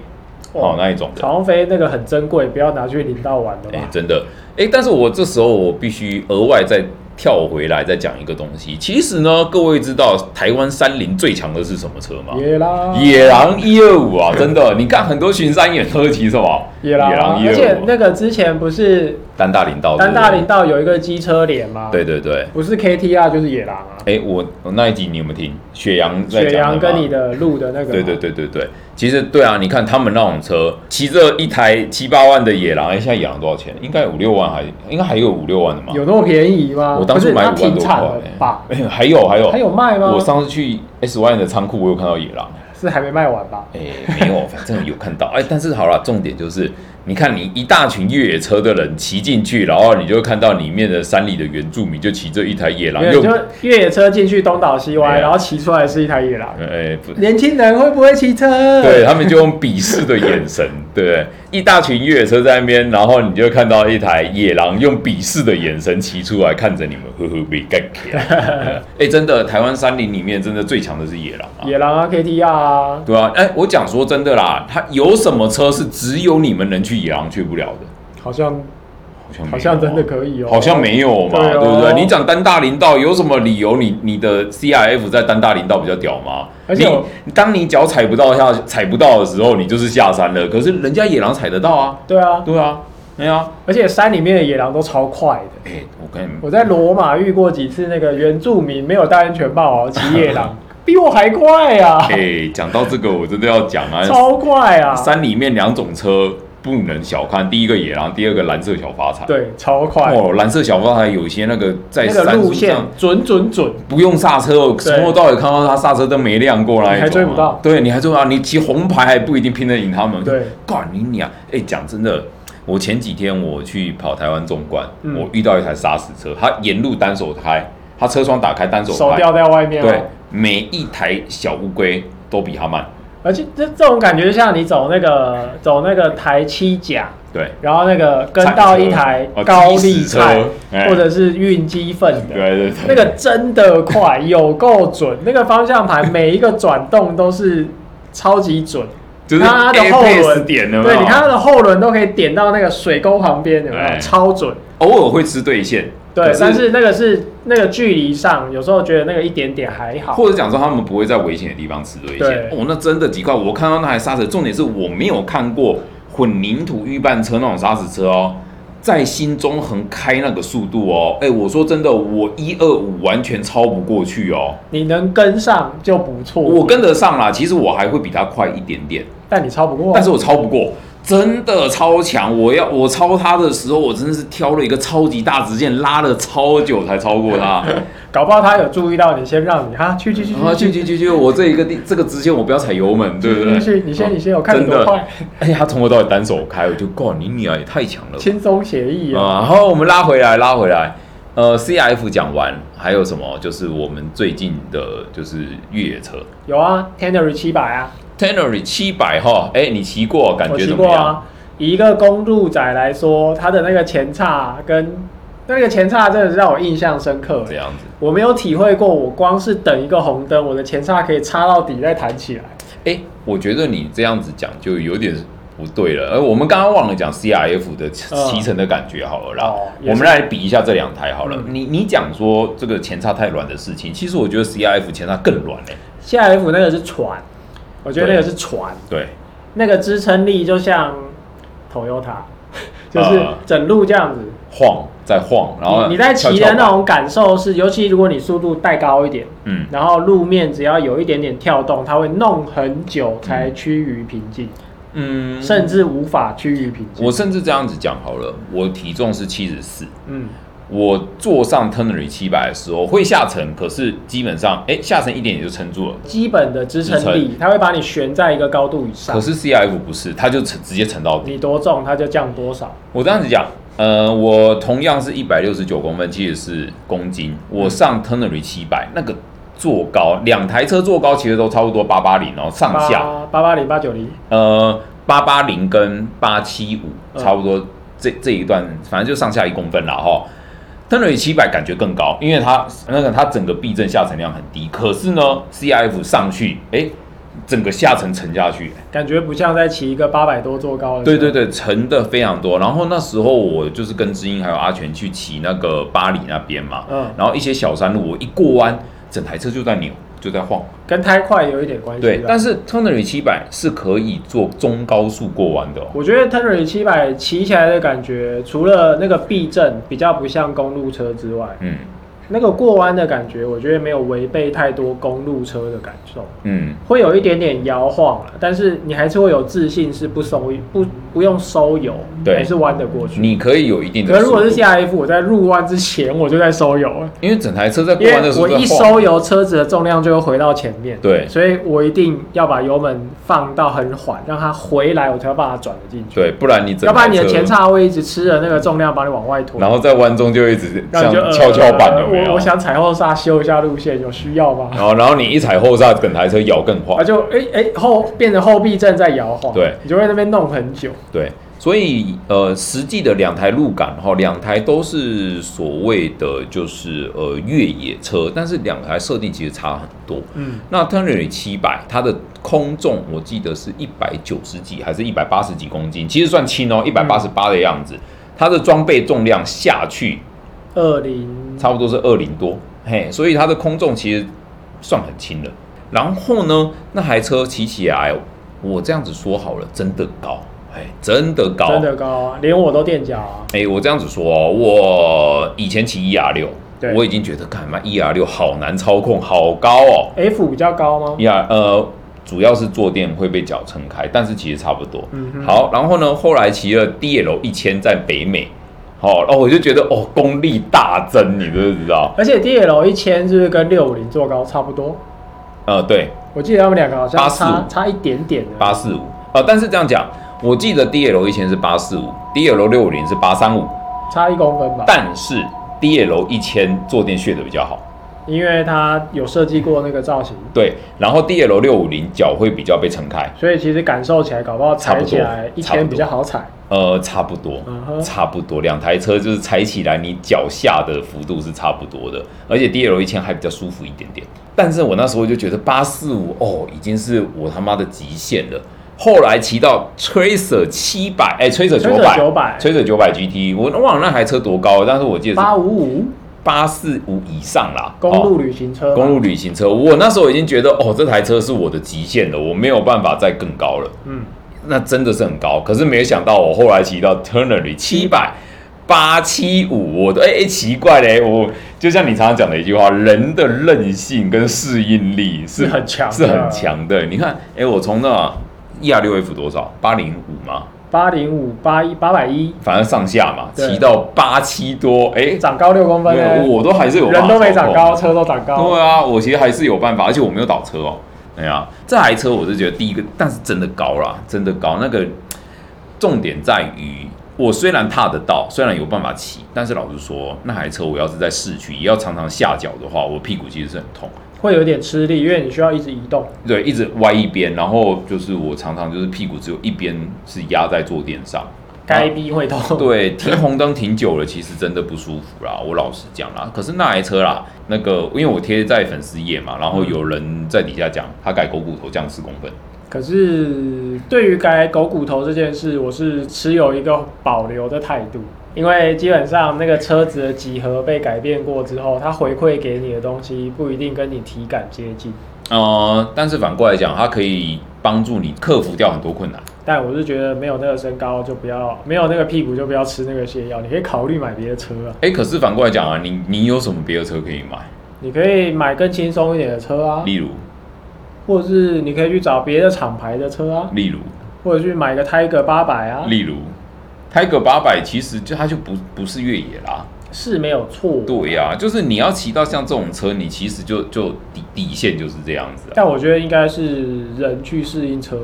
Speaker 1: 哦那一种的。
Speaker 2: 曹鸿飞那个很珍贵，不要拿去领到玩的
Speaker 1: 哎、
Speaker 2: 吧。
Speaker 1: 真的，哎、但是我这时候我必须额外再跳回来再讲一个东西。其实呢，各位知道台湾山林最强的是什么车吗？
Speaker 2: 野啦，
Speaker 1: 野狼一二五啊，真的，你看很多巡山野都是骑什么？
Speaker 2: 野啊啦，
Speaker 1: 一
Speaker 2: 而且
Speaker 1: 二五，
Speaker 2: 那个之前不是
Speaker 1: 单大林道，
Speaker 2: 丹大林
Speaker 1: 道，
Speaker 2: 道有一个机车脸吗？，
Speaker 1: 哦对对对。
Speaker 2: 不是 KTR 就是野狼啊，
Speaker 1: 哎，我我那一集你有没有听？雪阳在
Speaker 2: 雪
Speaker 1: 讲的
Speaker 2: 阳跟
Speaker 1: 嘛
Speaker 2: 你的路的那个，
Speaker 1: 对对，对对对，其实对啊，你看他们那种车，骑着一台七八万的野狼，哎，现在野狼多少钱？应该五六万还，应该还有五六万的嘛。
Speaker 2: 有那么便宜吗？
Speaker 1: 我当初
Speaker 2: 不是
Speaker 1: 买
Speaker 2: 它
Speaker 1: 五万
Speaker 2: 停
Speaker 1: 多
Speaker 2: 产
Speaker 1: 块
Speaker 2: 了吧？，
Speaker 1: 哎，还有还有
Speaker 2: 还有卖吗？
Speaker 1: 我上次去 S Y 的仓库，我有看到野狼，
Speaker 2: 是还没卖完吧？
Speaker 1: 哎、没有， 反正有看到。哎、但是好了，重点就是，你看你一大群越野车的人骑进去，然后你就会看到里面的山里的原住民就骑着一台野狼，
Speaker 2: 没有，
Speaker 1: 又
Speaker 2: 就越野车进去东倒西
Speaker 1: 哎
Speaker 2: 歪，
Speaker 1: 呀
Speaker 2: 然后骑出来是一台野狼。
Speaker 1: 哎、不，
Speaker 2: 年轻人会不会骑车？
Speaker 1: 对，他们就用鄙视的眼神，对不对？一大群越野车在那边，然后你就看到一台野狼用鄙视的眼神骑出来，看着你们，呵呵，被干掉。 哎、真的，台湾山林里面真的最强的是野狼啊。
Speaker 2: 野狼啊，KTR 啊，
Speaker 1: 对啊，哎、我讲说真的啦，它有什么车是只有你们能去野狼去不了的？
Speaker 2: 好像
Speaker 1: 好像没有
Speaker 2: 好像真的
Speaker 1: 哦
Speaker 2: 可以哦，
Speaker 1: 好像没有嘛，
Speaker 2: 对哦
Speaker 1: 对不对？你讲单大林道有什么理由你？你的 C R F 在单大林道比较屌吗？
Speaker 2: 而且我
Speaker 1: 你当你脚踩不到下踩不到的时候，你就是下山了。可是人家野狼踩得到啊，
Speaker 2: 对啊，
Speaker 1: 对啊，对啊。
Speaker 2: 而且山里面的野狼都超快的。
Speaker 1: 哎、我跟你们
Speaker 2: 我在罗马遇过几次那个原住民没有戴安全帽哦，骑 野狼比我还快啊，
Speaker 1: 哎讲、到这个，我真的要讲啊，
Speaker 2: 超快啊，
Speaker 1: 山里面两种车不能小看，第一个野狼，第二个蓝色小发财。
Speaker 2: 对，超快，
Speaker 1: 哦，蓝色小发财有些那个在
Speaker 2: 那
Speaker 1: 山
Speaker 2: 个
Speaker 1: 路
Speaker 2: 路线
Speaker 1: 上
Speaker 2: 准准准，
Speaker 1: 不用刹车哦，
Speaker 2: 对
Speaker 1: 从头到尾看到他刹车灯没亮过那一种啊
Speaker 2: 你还追不到
Speaker 1: 对，你还追不到，啊你骑红牌还不一定拼得赢他们。
Speaker 2: 对，
Speaker 1: 干你娘！哎，讲真的，我前几天我去跑台湾纵贯，
Speaker 2: 嗯
Speaker 1: 我遇到一台砂石车，它沿路单手开，它车窗打开单手
Speaker 2: 手
Speaker 1: 开，
Speaker 2: 掉在外面
Speaker 1: 对
Speaker 2: 哦，，
Speaker 1: 每一台小乌龟都比它慢。
Speaker 2: 而且这这种感觉就像你走那个走那个台七甲，
Speaker 1: 对，
Speaker 2: 然后那个跟到一台
Speaker 1: 哦
Speaker 2: 高
Speaker 1: 鸡
Speaker 2: 丽
Speaker 1: 屎车
Speaker 2: 菜
Speaker 1: 哎
Speaker 2: 或者是运鸡粪的，
Speaker 1: 对对对，
Speaker 2: 那个真的快，有够准。那个方向盘每一个转动都是超级准，
Speaker 1: 就是
Speaker 2: 它的后
Speaker 1: A
Speaker 2: 轮
Speaker 1: 点了，
Speaker 2: 对，你看它的后轮都可以点到那个水沟旁边，有没
Speaker 1: 哎
Speaker 2: 有？超准。
Speaker 1: 偶尔会吃对线，
Speaker 2: 对
Speaker 1: 可，
Speaker 2: 但是那个是那个距离上，有时候觉得那个一点点还好。
Speaker 1: 或者讲说他们不会在危险的地方吃对线
Speaker 2: 对。
Speaker 1: 哦，那真的几块，我看到那台砂石，重点是我没有看过混凝土预拌车那种砂石车哦，在新中横开那个速度哦，哎，我说真的，我一二五完全超不过去哦，
Speaker 2: 你能跟上就不错，
Speaker 1: 我跟得上啦，其实我还会比他快一点点，
Speaker 2: 但你超不过啊。
Speaker 1: 但是我超不过。真的超强！我要我超他的时候，我真的是挑了一个超级大直线，拉了超久才超过他。
Speaker 2: 搞不好他有注意到你，先让你哈 去去去
Speaker 1: 然后啊去
Speaker 2: 去
Speaker 1: 去去去，我这一个地这个直线我不要踩油门，对不对？啊
Speaker 2: 去去，你先你先，我看你
Speaker 1: 真
Speaker 2: 多
Speaker 1: 的
Speaker 2: 快，，
Speaker 1: 哎，他从头到尾单手开，我就告你你啊也太强了吧。
Speaker 2: 轻松写意啊。
Speaker 1: 啊，然后我们拉回来，拉回来。呃，CF 讲完，还有什么？就是我们最近的，就是越野车
Speaker 2: 有啊，Tannery 七百啊，
Speaker 1: Tennery 七百哈，哎，你骑过，感
Speaker 2: 我
Speaker 1: 觉
Speaker 2: 骑
Speaker 1: 怎么
Speaker 2: 过
Speaker 1: 样？
Speaker 2: 啊。以一个公路仔来说，它的那个前叉跟那个前叉真的是让我印象深刻
Speaker 1: 这。样子，
Speaker 2: 我没有体会过，我光是等一个红灯，我的前叉可以插到底再弹起来。
Speaker 1: 哎，我觉得你这样子讲就有点不对了。而我们刚刚忘了讲 CRF 的骑
Speaker 2: 嗯
Speaker 1: 骑乘的感觉好了啦，
Speaker 2: 哦也
Speaker 1: 我们
Speaker 2: 是
Speaker 1: 来比一下这两台好了。
Speaker 2: 嗯
Speaker 1: 你你讲说这个前叉太软的事情，其实我觉得 CRF 前叉更软嘞、欸
Speaker 2: 下 F 那个是船，我觉得那个是船，
Speaker 1: 对，
Speaker 2: 那个支撑力就像 Toyota，就是
Speaker 1: 啊
Speaker 2: 整路这样子。
Speaker 1: 晃在晃，然后
Speaker 2: 你你在骑
Speaker 1: 跷
Speaker 2: 的
Speaker 1: 跷板
Speaker 2: 那种感受是，尤其如果你速度带高一点，
Speaker 1: 嗯。
Speaker 2: 然后路面只要有一点点跳动，它会弄很久才趋于平静，
Speaker 1: 嗯，
Speaker 2: 甚至无法趋于平静。
Speaker 1: 我甚至这样子讲好了，我体重是七十四，
Speaker 2: 嗯，
Speaker 1: 我坐上 Turnery 七百的时候会下沉，可是基本上哎、下沉一点也就撑住了。
Speaker 2: 基本的支撑
Speaker 1: 支
Speaker 2: 力，它会把你悬在一个高度以上
Speaker 1: 可。是 CRF 不是，它就沉直接沉到底。
Speaker 2: 你多重，它就降多少。
Speaker 1: 我这样子讲，呃，我同样是一百六十九公分，七十四公斤，我上 Turnery 七百那个坐高，两台车坐高其实都差不多八八零哦，上下
Speaker 2: 八八八零八九零，
Speaker 1: 呃八八零跟八七五
Speaker 2: 嗯
Speaker 1: 差不多这这一段，反正就上下一公分啦哈。登瑞七百感觉更高，因为它那个它整个避震下沉量很低，可是呢，CIF 上去，哎、整个下沉沉下去，
Speaker 2: 感觉不像在骑一个八百多坐高的。
Speaker 1: 对对，对，沉的非常多。然后那时候我就是跟知音还有阿全去骑那个巴黎那边嘛，
Speaker 2: 嗯，
Speaker 1: 然后一些小山路，我一过弯，整台车就在扭，就在晃。
Speaker 2: 跟胎块有一点关系。
Speaker 1: 对，但
Speaker 2: 哎是啊
Speaker 1: 是 Turnery 七百是可以做中高速过弯的、哦。
Speaker 2: 我觉得 Tenry 七百骑起来的感觉，除了那个避震比较不像公路车之外，
Speaker 1: 嗯
Speaker 2: 那个过弯的感觉，我觉得没有违背太多公路车的感受，
Speaker 1: 嗯，
Speaker 2: 会有一点点摇晃了，但是你还是会有自信，是不收不不用收油，
Speaker 1: 对
Speaker 2: 还是弯得过去。
Speaker 1: 嗯你可以有一定的
Speaker 2: 可
Speaker 1: 速度。
Speaker 2: 如果是 CRF，我在入弯之前我就在收油了。
Speaker 1: 因为整台车在过
Speaker 2: 因
Speaker 1: 弯的
Speaker 2: 为
Speaker 1: 时候
Speaker 2: 我
Speaker 1: 在晃
Speaker 2: 一收油，车子的重量就会回到前面，
Speaker 1: 对
Speaker 2: 所以我一定要把油门放到很缓，让它回来，我才把它转得进去。
Speaker 1: 对，不然你整台车
Speaker 2: 要不然你的前，叉会一直吃着那个重量，把你往外拖，
Speaker 1: 然后在弯中就一直
Speaker 2: 让
Speaker 1: 像
Speaker 2: 你就呃
Speaker 1: 跷跷板有没哦
Speaker 2: 我
Speaker 1: 有
Speaker 2: 我？想踩后刹修一下路线，有需要吗？
Speaker 1: 然后然后你一踩后刹，整台车摇更
Speaker 2: 啊，
Speaker 1: 晃。
Speaker 2: 就哎哎、后变成后避震在摇晃，
Speaker 1: 对，
Speaker 2: 你就会那边弄很久。
Speaker 1: 对，所以呃，实际的两台路感哈，两台都是所谓的就是呃越野车，但是两台设定其实差很多。
Speaker 2: 嗯，
Speaker 1: 那 Tenere 七百，它的空重我记得是一百九十几还是一百八十几公斤，其实算轻哦，一百八十八的样子。它的装备重量下去
Speaker 2: 二零
Speaker 1: 差不多是二零多，嘿，所以它的空重其实算很轻了。然后呢，那台车骑起来，我这样子说好了，真的高，哎，真的高，
Speaker 2: 真的高啊，连我都垫脚啊。
Speaker 1: 哎、我这样子说哦，我以前骑 ER 六，
Speaker 2: 对
Speaker 1: 我已经觉得干嘛 ER 六好难操控，好高哦。
Speaker 2: F 比较高吗？
Speaker 1: ER 呃，主要是坐垫会被脚撑开，但是其实差不多。
Speaker 2: 嗯哼
Speaker 1: 好，然后呢，后来骑了 DL 一千在北美，好、哦，然后我就觉得哦，功力大增，你知不知道？
Speaker 2: 而且 DL 一千是不是跟六五零坐高差不多？
Speaker 1: 呃，对，
Speaker 2: 我记得他们两个好像
Speaker 1: 845
Speaker 2: 差差一点点的。
Speaker 1: 八四五，呃，但是这样讲，我记得 DL 一千是八四五，DL 六五零是八三五，
Speaker 2: 差一公分吧，
Speaker 1: 但是 DL 一千坐垫削的比较好。
Speaker 2: 因为它有设计过那个造型，
Speaker 1: 对，然后 DL 六五零脚会比较被撑开，
Speaker 2: 所以其实感受起来，搞不好踩起来
Speaker 1: 差不多
Speaker 2: 一
Speaker 1: 差不
Speaker 2: 千
Speaker 1: 多
Speaker 2: 比较好踩。
Speaker 1: 呃，差不多
Speaker 2: 嗯哼
Speaker 1: 差不多，两台车就是踩起来你脚下的幅度是差不多的，而且 DL 一千还比较舒服一点点。但是我那时候就觉得八四五哦，已经是我他妈的极限了。后来骑到 Tracer 七百，哎，Tracer 九百，
Speaker 2: 九百
Speaker 1: ，Tracer 九百 GT，我忘了那台车多高，但是我记得
Speaker 2: 八
Speaker 1: 是
Speaker 2: 五五
Speaker 1: 八四五以上啦，
Speaker 2: 公
Speaker 1: 哦
Speaker 2: 路旅行车嘛，
Speaker 1: 公路旅行车，我那时候已经觉得哦，这台车是我的极限了，我没有办法再更高了。
Speaker 2: 嗯，
Speaker 1: 那真的是很高，可是没有想到我后来骑到 Turnery
Speaker 2: 嗯
Speaker 1: 七百八七五，我的哎、哎奇怪嘞，我就像你常常讲的一句话，人的韧性跟适应力是
Speaker 2: 是很强的
Speaker 1: 是很强的。你看，哎、我从那一 R 六 F 多少八零五吗？
Speaker 2: 八零五、八一、八百一，
Speaker 1: 反正上下嘛，
Speaker 2: 对
Speaker 1: 骑到八七多，哎、
Speaker 2: 长高六公分
Speaker 1: 没有
Speaker 2: 呢，
Speaker 1: 我都还是有办
Speaker 2: 人
Speaker 1: 法
Speaker 2: 都没
Speaker 1: 操
Speaker 2: 长
Speaker 1: 控
Speaker 2: 高，车都长高，
Speaker 1: 对啊，我其实还是有办法，而且我没有倒车哦。哎呀、这台车我是觉得第一个，但是真的高啦，真的高。那个重点在于，我虽然踏得到，虽然有办法骑，但是老实说，那台车我要是在市区，也要常常下脚的话，我屁股其实是很痛。
Speaker 2: 会有点吃力，因为你需要一直移动。
Speaker 1: 对，一直歪一边，然后就是我常常就是屁股只有一边是压在坐垫上。
Speaker 2: 该逼会痛。
Speaker 1: 对，啊停红灯停久了，其实真的不舒服啦。我老实讲啦，可是那台车啦，那个因为我贴在粉丝页嘛，然后有人在底下讲，他改狗骨头降四公分，
Speaker 2: 可是对于改狗骨头这件事，我是持有一个保留的态度，因为基本上那个车子的几何被改变过之后，它回馈给你的东西不一定跟你体感接近。
Speaker 1: 呃，但是反过来讲，它可以帮助你克服掉很多困难。
Speaker 2: 但我是觉得没有那个身高就不要，没有那个屁股就不要吃那个泻药，你可以考虑买别的车啊，
Speaker 1: 哎，可是反过来讲啊，你你有什么别的车可以买？
Speaker 2: 你可以买更轻松一点的车啊，
Speaker 1: 例如，
Speaker 2: 或者是你可以去找别的厂牌的车啊，
Speaker 1: 例如，
Speaker 2: 或者去买个 Tiger 八百啊，
Speaker 1: 例如，Tiger 八百其实就它就不不是越野啦。
Speaker 2: 是没有错。
Speaker 1: 对呀、就是你要骑到像这种车，你其实就就底底线就是这样子啊。
Speaker 2: 但我觉得应该是人去适应车，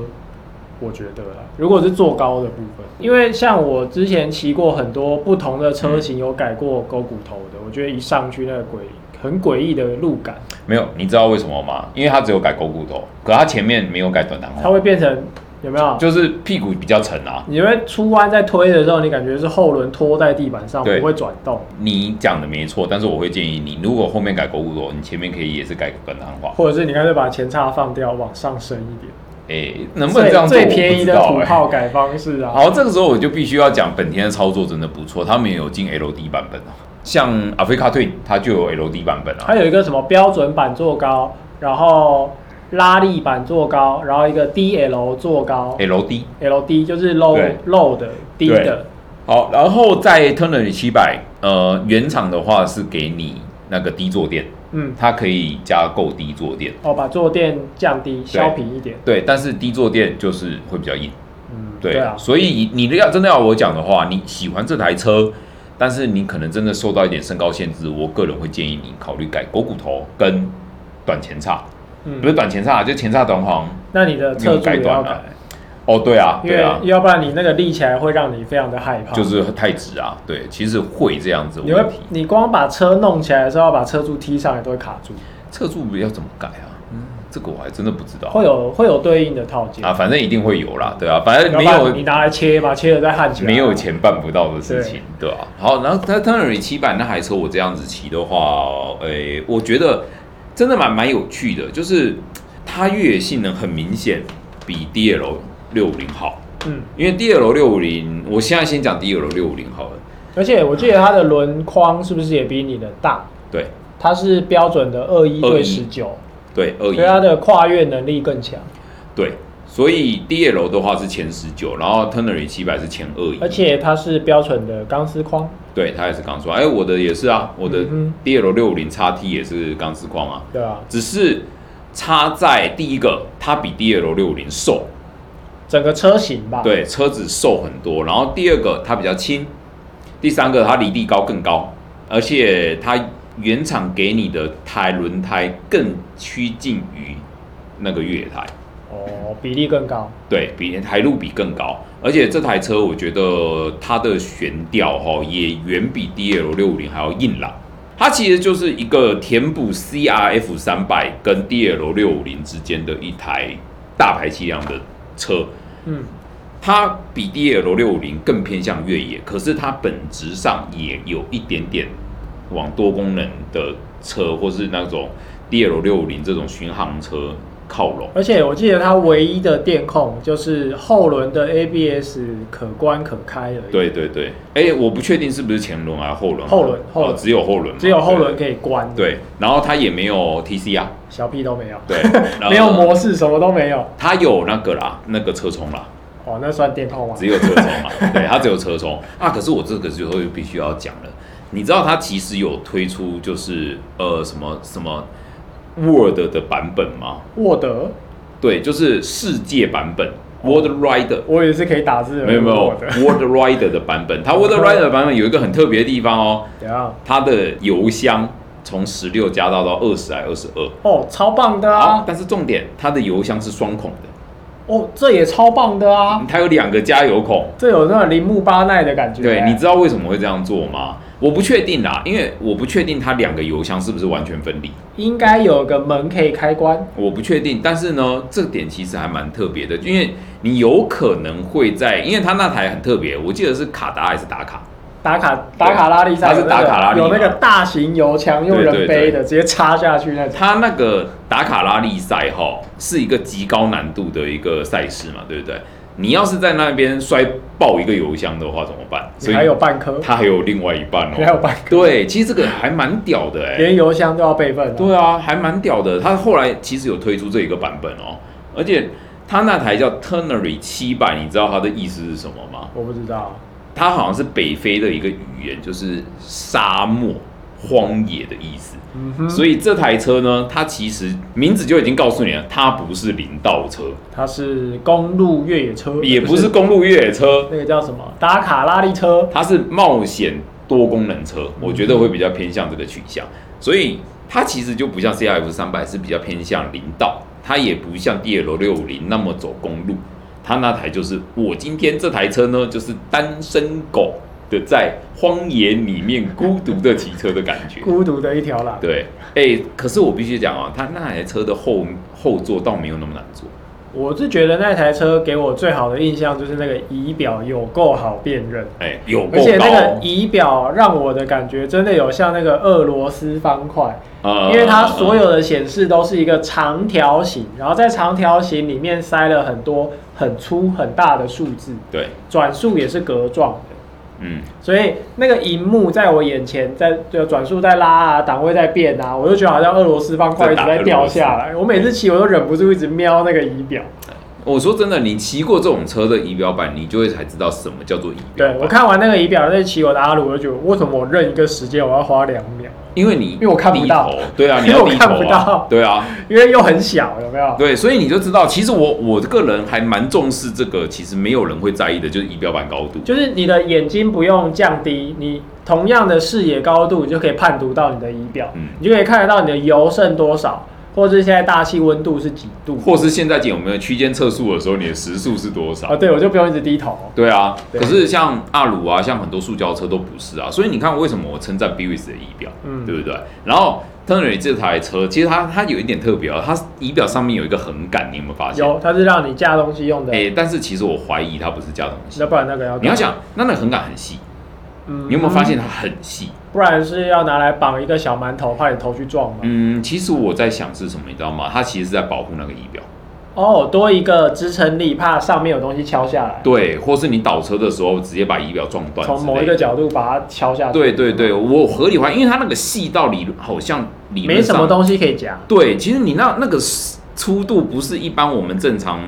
Speaker 2: 我觉得啦。如果是坐高的部分，因为像我之前骑过很多不同的
Speaker 1: 嗯
Speaker 2: 车型，有改过勾骨头的，我觉得一上去那个诡很诡异的路感，
Speaker 1: 没有，你知道为什么吗？因为它只有改狗骨头，可它前面没有改短弹
Speaker 2: 它
Speaker 1: 簧，
Speaker 2: 会变成有没有？
Speaker 1: 就是屁股比较沉啊。
Speaker 2: 你会出弯在推的时候，你感觉是后轮拖在地板上，
Speaker 1: 对
Speaker 2: 不会转动，
Speaker 1: 你讲的没错，但是我会建议你，如果后面改狗骨头，你前面可以也是改短弹簧。
Speaker 2: 或者是你干脆把前叉放掉，往上升一点，
Speaker 1: 哎、能不能这样做？
Speaker 2: 最最便宜的
Speaker 1: 我不
Speaker 2: 土
Speaker 1: 知道
Speaker 2: 炮改方式
Speaker 1: 哎
Speaker 2: 啊。
Speaker 1: 好，这个时候我就必须要讲本田的操作真的不错，他们也有进 LD 版本啊，像 Africa Twin 它就有 LD 版本啊。
Speaker 2: 它有一个什么标准版坐高，然后拉力版坐高，然后一个 DL 坐高
Speaker 1: LD
Speaker 2: ，LD 就是 low
Speaker 1: 哎对
Speaker 2: low 的低的，
Speaker 1: 好，然后在 Turner 七百，呃，原厂的话是给你那个低坐垫，
Speaker 2: 嗯，
Speaker 1: 它可以加购低坐垫。
Speaker 2: 哦，把坐垫降低，削平一点，
Speaker 1: 对，但是低坐垫就是会比较硬。
Speaker 2: 嗯，
Speaker 1: 对，
Speaker 2: 啊，
Speaker 1: 所以你你要真的要我讲的话，你喜欢这台车，但是你可能真的受到一点身高限制，我个人会建议你考虑改狗骨头跟短前叉，不是
Speaker 2: 嗯，
Speaker 1: 短前叉，就前叉短簧。
Speaker 2: 那你的侧柱
Speaker 1: 没
Speaker 2: 也要
Speaker 1: 有改短啊
Speaker 2: 改，
Speaker 1: 哦，对啊，
Speaker 2: 因
Speaker 1: 对
Speaker 2: 为
Speaker 1: 啊，
Speaker 2: 要不然你那个立起来会让你非常的害怕，
Speaker 1: 就是太直啊，对，其实会这样子的
Speaker 2: 你会
Speaker 1: 问题。
Speaker 2: 你光把车弄起来的时候，把车柱踢上来都会卡住，
Speaker 1: 侧柱要怎么改啊？嗯，这个我还真的不知道
Speaker 2: 会有会有对应的套件，
Speaker 1: 啊，反正一定会有啦，对啊，反正
Speaker 2: 要
Speaker 1: 没
Speaker 2: 不然你
Speaker 1: 有
Speaker 2: 拿来切吧，切了再焊起来，啊
Speaker 1: 没有钱办不到的事情，对吧、好，然后它 Turner 七版那台车我这样子骑的话，诶、我觉得真的蛮蛮有趣的，就是它越野性能很明显比 DL 六五零好，
Speaker 2: 嗯。
Speaker 1: 因为 DL 六五零，我现在先讲 DL 六五零好了，
Speaker 2: 而且我记得它的轮框是不是也比你的大？
Speaker 1: 对
Speaker 2: 它是标准的二一对十
Speaker 1: 21
Speaker 2: 九，
Speaker 1: 对，二
Speaker 2: 所
Speaker 1: 一
Speaker 2: 以它的跨越能力更强。
Speaker 1: 对，所以 DL 的话是前十九，然后 Turner 七百是前二一，
Speaker 2: 而且它是标准的钢丝框，
Speaker 1: 对他也是钢丝框，哎、我的也是啊，我的
Speaker 2: 嗯
Speaker 1: DL 六五零 x T 也是钢丝框啊，
Speaker 2: 对吧、
Speaker 1: 只是差在第一个，它比 DL 六五零瘦，
Speaker 2: 整个车型吧，，
Speaker 1: 对，车子瘦很多。然后第二个它比较轻，第三个它离地高更高，而且它原厂给你的胎轮胎更趋近于那个越野胎，
Speaker 2: 哦，比例更高。
Speaker 1: 对比台路比更高。而且这台车我觉得它的悬吊哈也远比 DL 六五零还要硬朗。它其实就是一个填补 CRF 三百跟 DL 六五零之间的一台大排气量的车，
Speaker 2: 嗯，
Speaker 1: 它比 DL 六五零更偏向越野，可是它本质上也有一点点往多功能的车，或是那种 DL 六五零这种巡航车靠拢。
Speaker 2: 而且我记得它唯一的电控就是后轮的 ABS 可关可开而已，，
Speaker 1: 对对对，哎、我不确定是不是前轮还啊是后轮，
Speaker 2: 后轮后轮
Speaker 1: 哦只有后轮嘛，
Speaker 2: 只有后轮
Speaker 1: 对。
Speaker 2: 可以关，，
Speaker 1: 对，然后它也没有 TC 啊，
Speaker 2: 小屁都没有，
Speaker 1: 对，然后
Speaker 2: 没有模式，什么都没有。
Speaker 1: 它有那个啦，那个车冲啦，
Speaker 2: 哦，那算电控吗？
Speaker 1: 只有车冲嘛，对，它只有车冲啊。可是我这个就会必须要讲了，你知道它其实有推出就是呃什么什么 Word 的版本吗？
Speaker 2: 沃德
Speaker 1: 对，就是世界版本。 World Rider。
Speaker 2: 我也是可以打字而
Speaker 1: 没有没有
Speaker 2: 我的。
Speaker 1: World Rider 的版本，它 World Rider 的版本有一个很特别的地方哦，
Speaker 2: 怎样？
Speaker 1: 它的油箱从十六加大到二十还二十二。
Speaker 2: 哦，超棒的
Speaker 1: 好
Speaker 2: 啊，！
Speaker 1: 但是重点，它的油箱是双孔的，
Speaker 2: 哦，这也超棒的啊，
Speaker 1: 它有两个加油孔。
Speaker 2: 这有那种铃木巴奈的感觉。
Speaker 1: 对，你知道为什么会这样做吗？我不确定啦，因为我不确定它两个油箱是不是完全分离，
Speaker 2: 应该有个门可以开关。
Speaker 1: 我不确定。但是呢，这点其实还蛮特别的，因为你有可能会在，因为它那台很特别，我记得是卡达还是达卡，
Speaker 2: 打卡打卡拉力赛
Speaker 1: 它是
Speaker 2: 有那个
Speaker 1: 达卡拉力嘛
Speaker 2: 有那个大型油枪，用人
Speaker 1: 对对
Speaker 2: 背
Speaker 1: 对
Speaker 2: 的，直接插下去那种。
Speaker 1: 它那个达卡拉力赛哈是一个极高难度的一个赛事嘛，对不对？你要是在那边摔爆一个油箱的话怎么办？所以
Speaker 2: 你还有半颗，
Speaker 1: 它还有另外一半
Speaker 2: 你还有
Speaker 1: 哦。
Speaker 2: 半颗，
Speaker 1: 对，其实这个还蛮屌的哎、
Speaker 2: 连油箱都要备份啊。
Speaker 1: 对啊，还蛮屌的。它后来其实有推出这一个版本哦，而且它那台叫 Turnery 七百，你知道它的意思是什么吗？
Speaker 2: 我不知道，
Speaker 1: 它好像是北非的一个语言，就是沙漠、荒野的意思。
Speaker 2: 嗯哼，
Speaker 1: 所以这台车呢，它其实名字就已经告诉你了，它不是林道车，
Speaker 2: 它是公路越野车，
Speaker 1: 也不是公路越野车，
Speaker 2: 那个叫什么打卡拉力车，
Speaker 1: 它是冒险多功能车，我觉得会比较偏向这个取向。所以它其实就不像 CRF 三百是比较偏向林道，它也不像 DL 六五零那么走公路。它那台就是我今天这台车呢，就是单身狗的在荒野里面孤独的骑车的感 觉。
Speaker 2: 孤独的一条狼。
Speaker 1: 对，哎、可是我必须讲啊，它那台车的后后座倒没有那么难坐。
Speaker 2: 我是觉得那台车给我最好的印象就是那个仪表有够好辨认，
Speaker 1: 哎、有
Speaker 2: 而
Speaker 1: 够
Speaker 2: 且那
Speaker 1: 高
Speaker 2: 个
Speaker 1: 哦，
Speaker 2: 仪表让我的感觉真的有像那个俄罗斯方块，
Speaker 1: 呃
Speaker 2: 因为它所有的显示都是一个长条形，然后在长条形里面塞了很多很粗很大的数字，
Speaker 1: 对，
Speaker 2: 转速也是格状的。
Speaker 1: 嗯，
Speaker 2: 所以那个荧幕在我眼前，在就转速在拉啊，档位在变啊，我就觉得好像俄罗斯方块一直在掉下来。我每次骑我都忍不住一直瞄那个仪表。
Speaker 1: 我说真的，你骑过这种车的仪表板，你就会才知道什么叫做仪表
Speaker 2: 对
Speaker 1: 板。
Speaker 2: 我，看完那个仪表再骑我的阿鲁，我就觉得为什么我认一个时间我要花两秒？
Speaker 1: 因为你
Speaker 2: 因为我看不到
Speaker 1: 低头，对 啊，你
Speaker 2: 因为
Speaker 1: 要
Speaker 2: 我
Speaker 1: 低
Speaker 2: 看
Speaker 1: 头
Speaker 2: 不
Speaker 1: 啊
Speaker 2: 到，
Speaker 1: 对啊，
Speaker 2: 因为又很小，有没有？
Speaker 1: 对，所以你就知道，其实我我个人还蛮重视这个，其实没有人会在意的，就是仪表板高度。
Speaker 2: 就是你的眼睛不用降低，你同样的视野高度，你就可以判读到你的仪表，
Speaker 1: 嗯
Speaker 2: 你就可以看得到你的油剩多少，或者是现在大气温度是几度。
Speaker 1: 或是现在有没有区间测速的时候，你的时速是多少？
Speaker 2: 啊，对，我就不用一直低头。
Speaker 1: 对啊，
Speaker 2: 对
Speaker 1: 可是像阿鲁啊，像很多塑胶车都不是啊，所以你看为什么我称赞 Buick 的仪表，
Speaker 2: 嗯
Speaker 1: 对不对？然后 Turner 这台车其实它它有一点特别啊，它仪表上面有一个横杆，你有没有发现？
Speaker 2: 有，它是让你架东西用的。
Speaker 1: 哎、但是其实我怀疑它不是加东西
Speaker 2: 那。不然那个要干嘛
Speaker 1: 你要，想，那那个横杆很细，
Speaker 2: 嗯
Speaker 1: 你有没有发？现它很细？
Speaker 2: 不然是要拿来绑一个小馒头，怕你头去撞嘛。
Speaker 1: 嗯，其实我在想是什么，你知道吗？它其实是在保护那个仪表，
Speaker 2: 哦，多一个支撑力，怕上面有东西敲下来，
Speaker 1: 对，或是你倒车的时候直接把仪表撞断之类的，
Speaker 2: 嗯从某一个角度把它敲下去。
Speaker 1: 对对对，我合理怀疑，因为它那个细到理论好像理论
Speaker 2: 没什
Speaker 1: 上
Speaker 2: 么东西可以夹。
Speaker 1: 对，其实你那那个粗度不是一般我们正常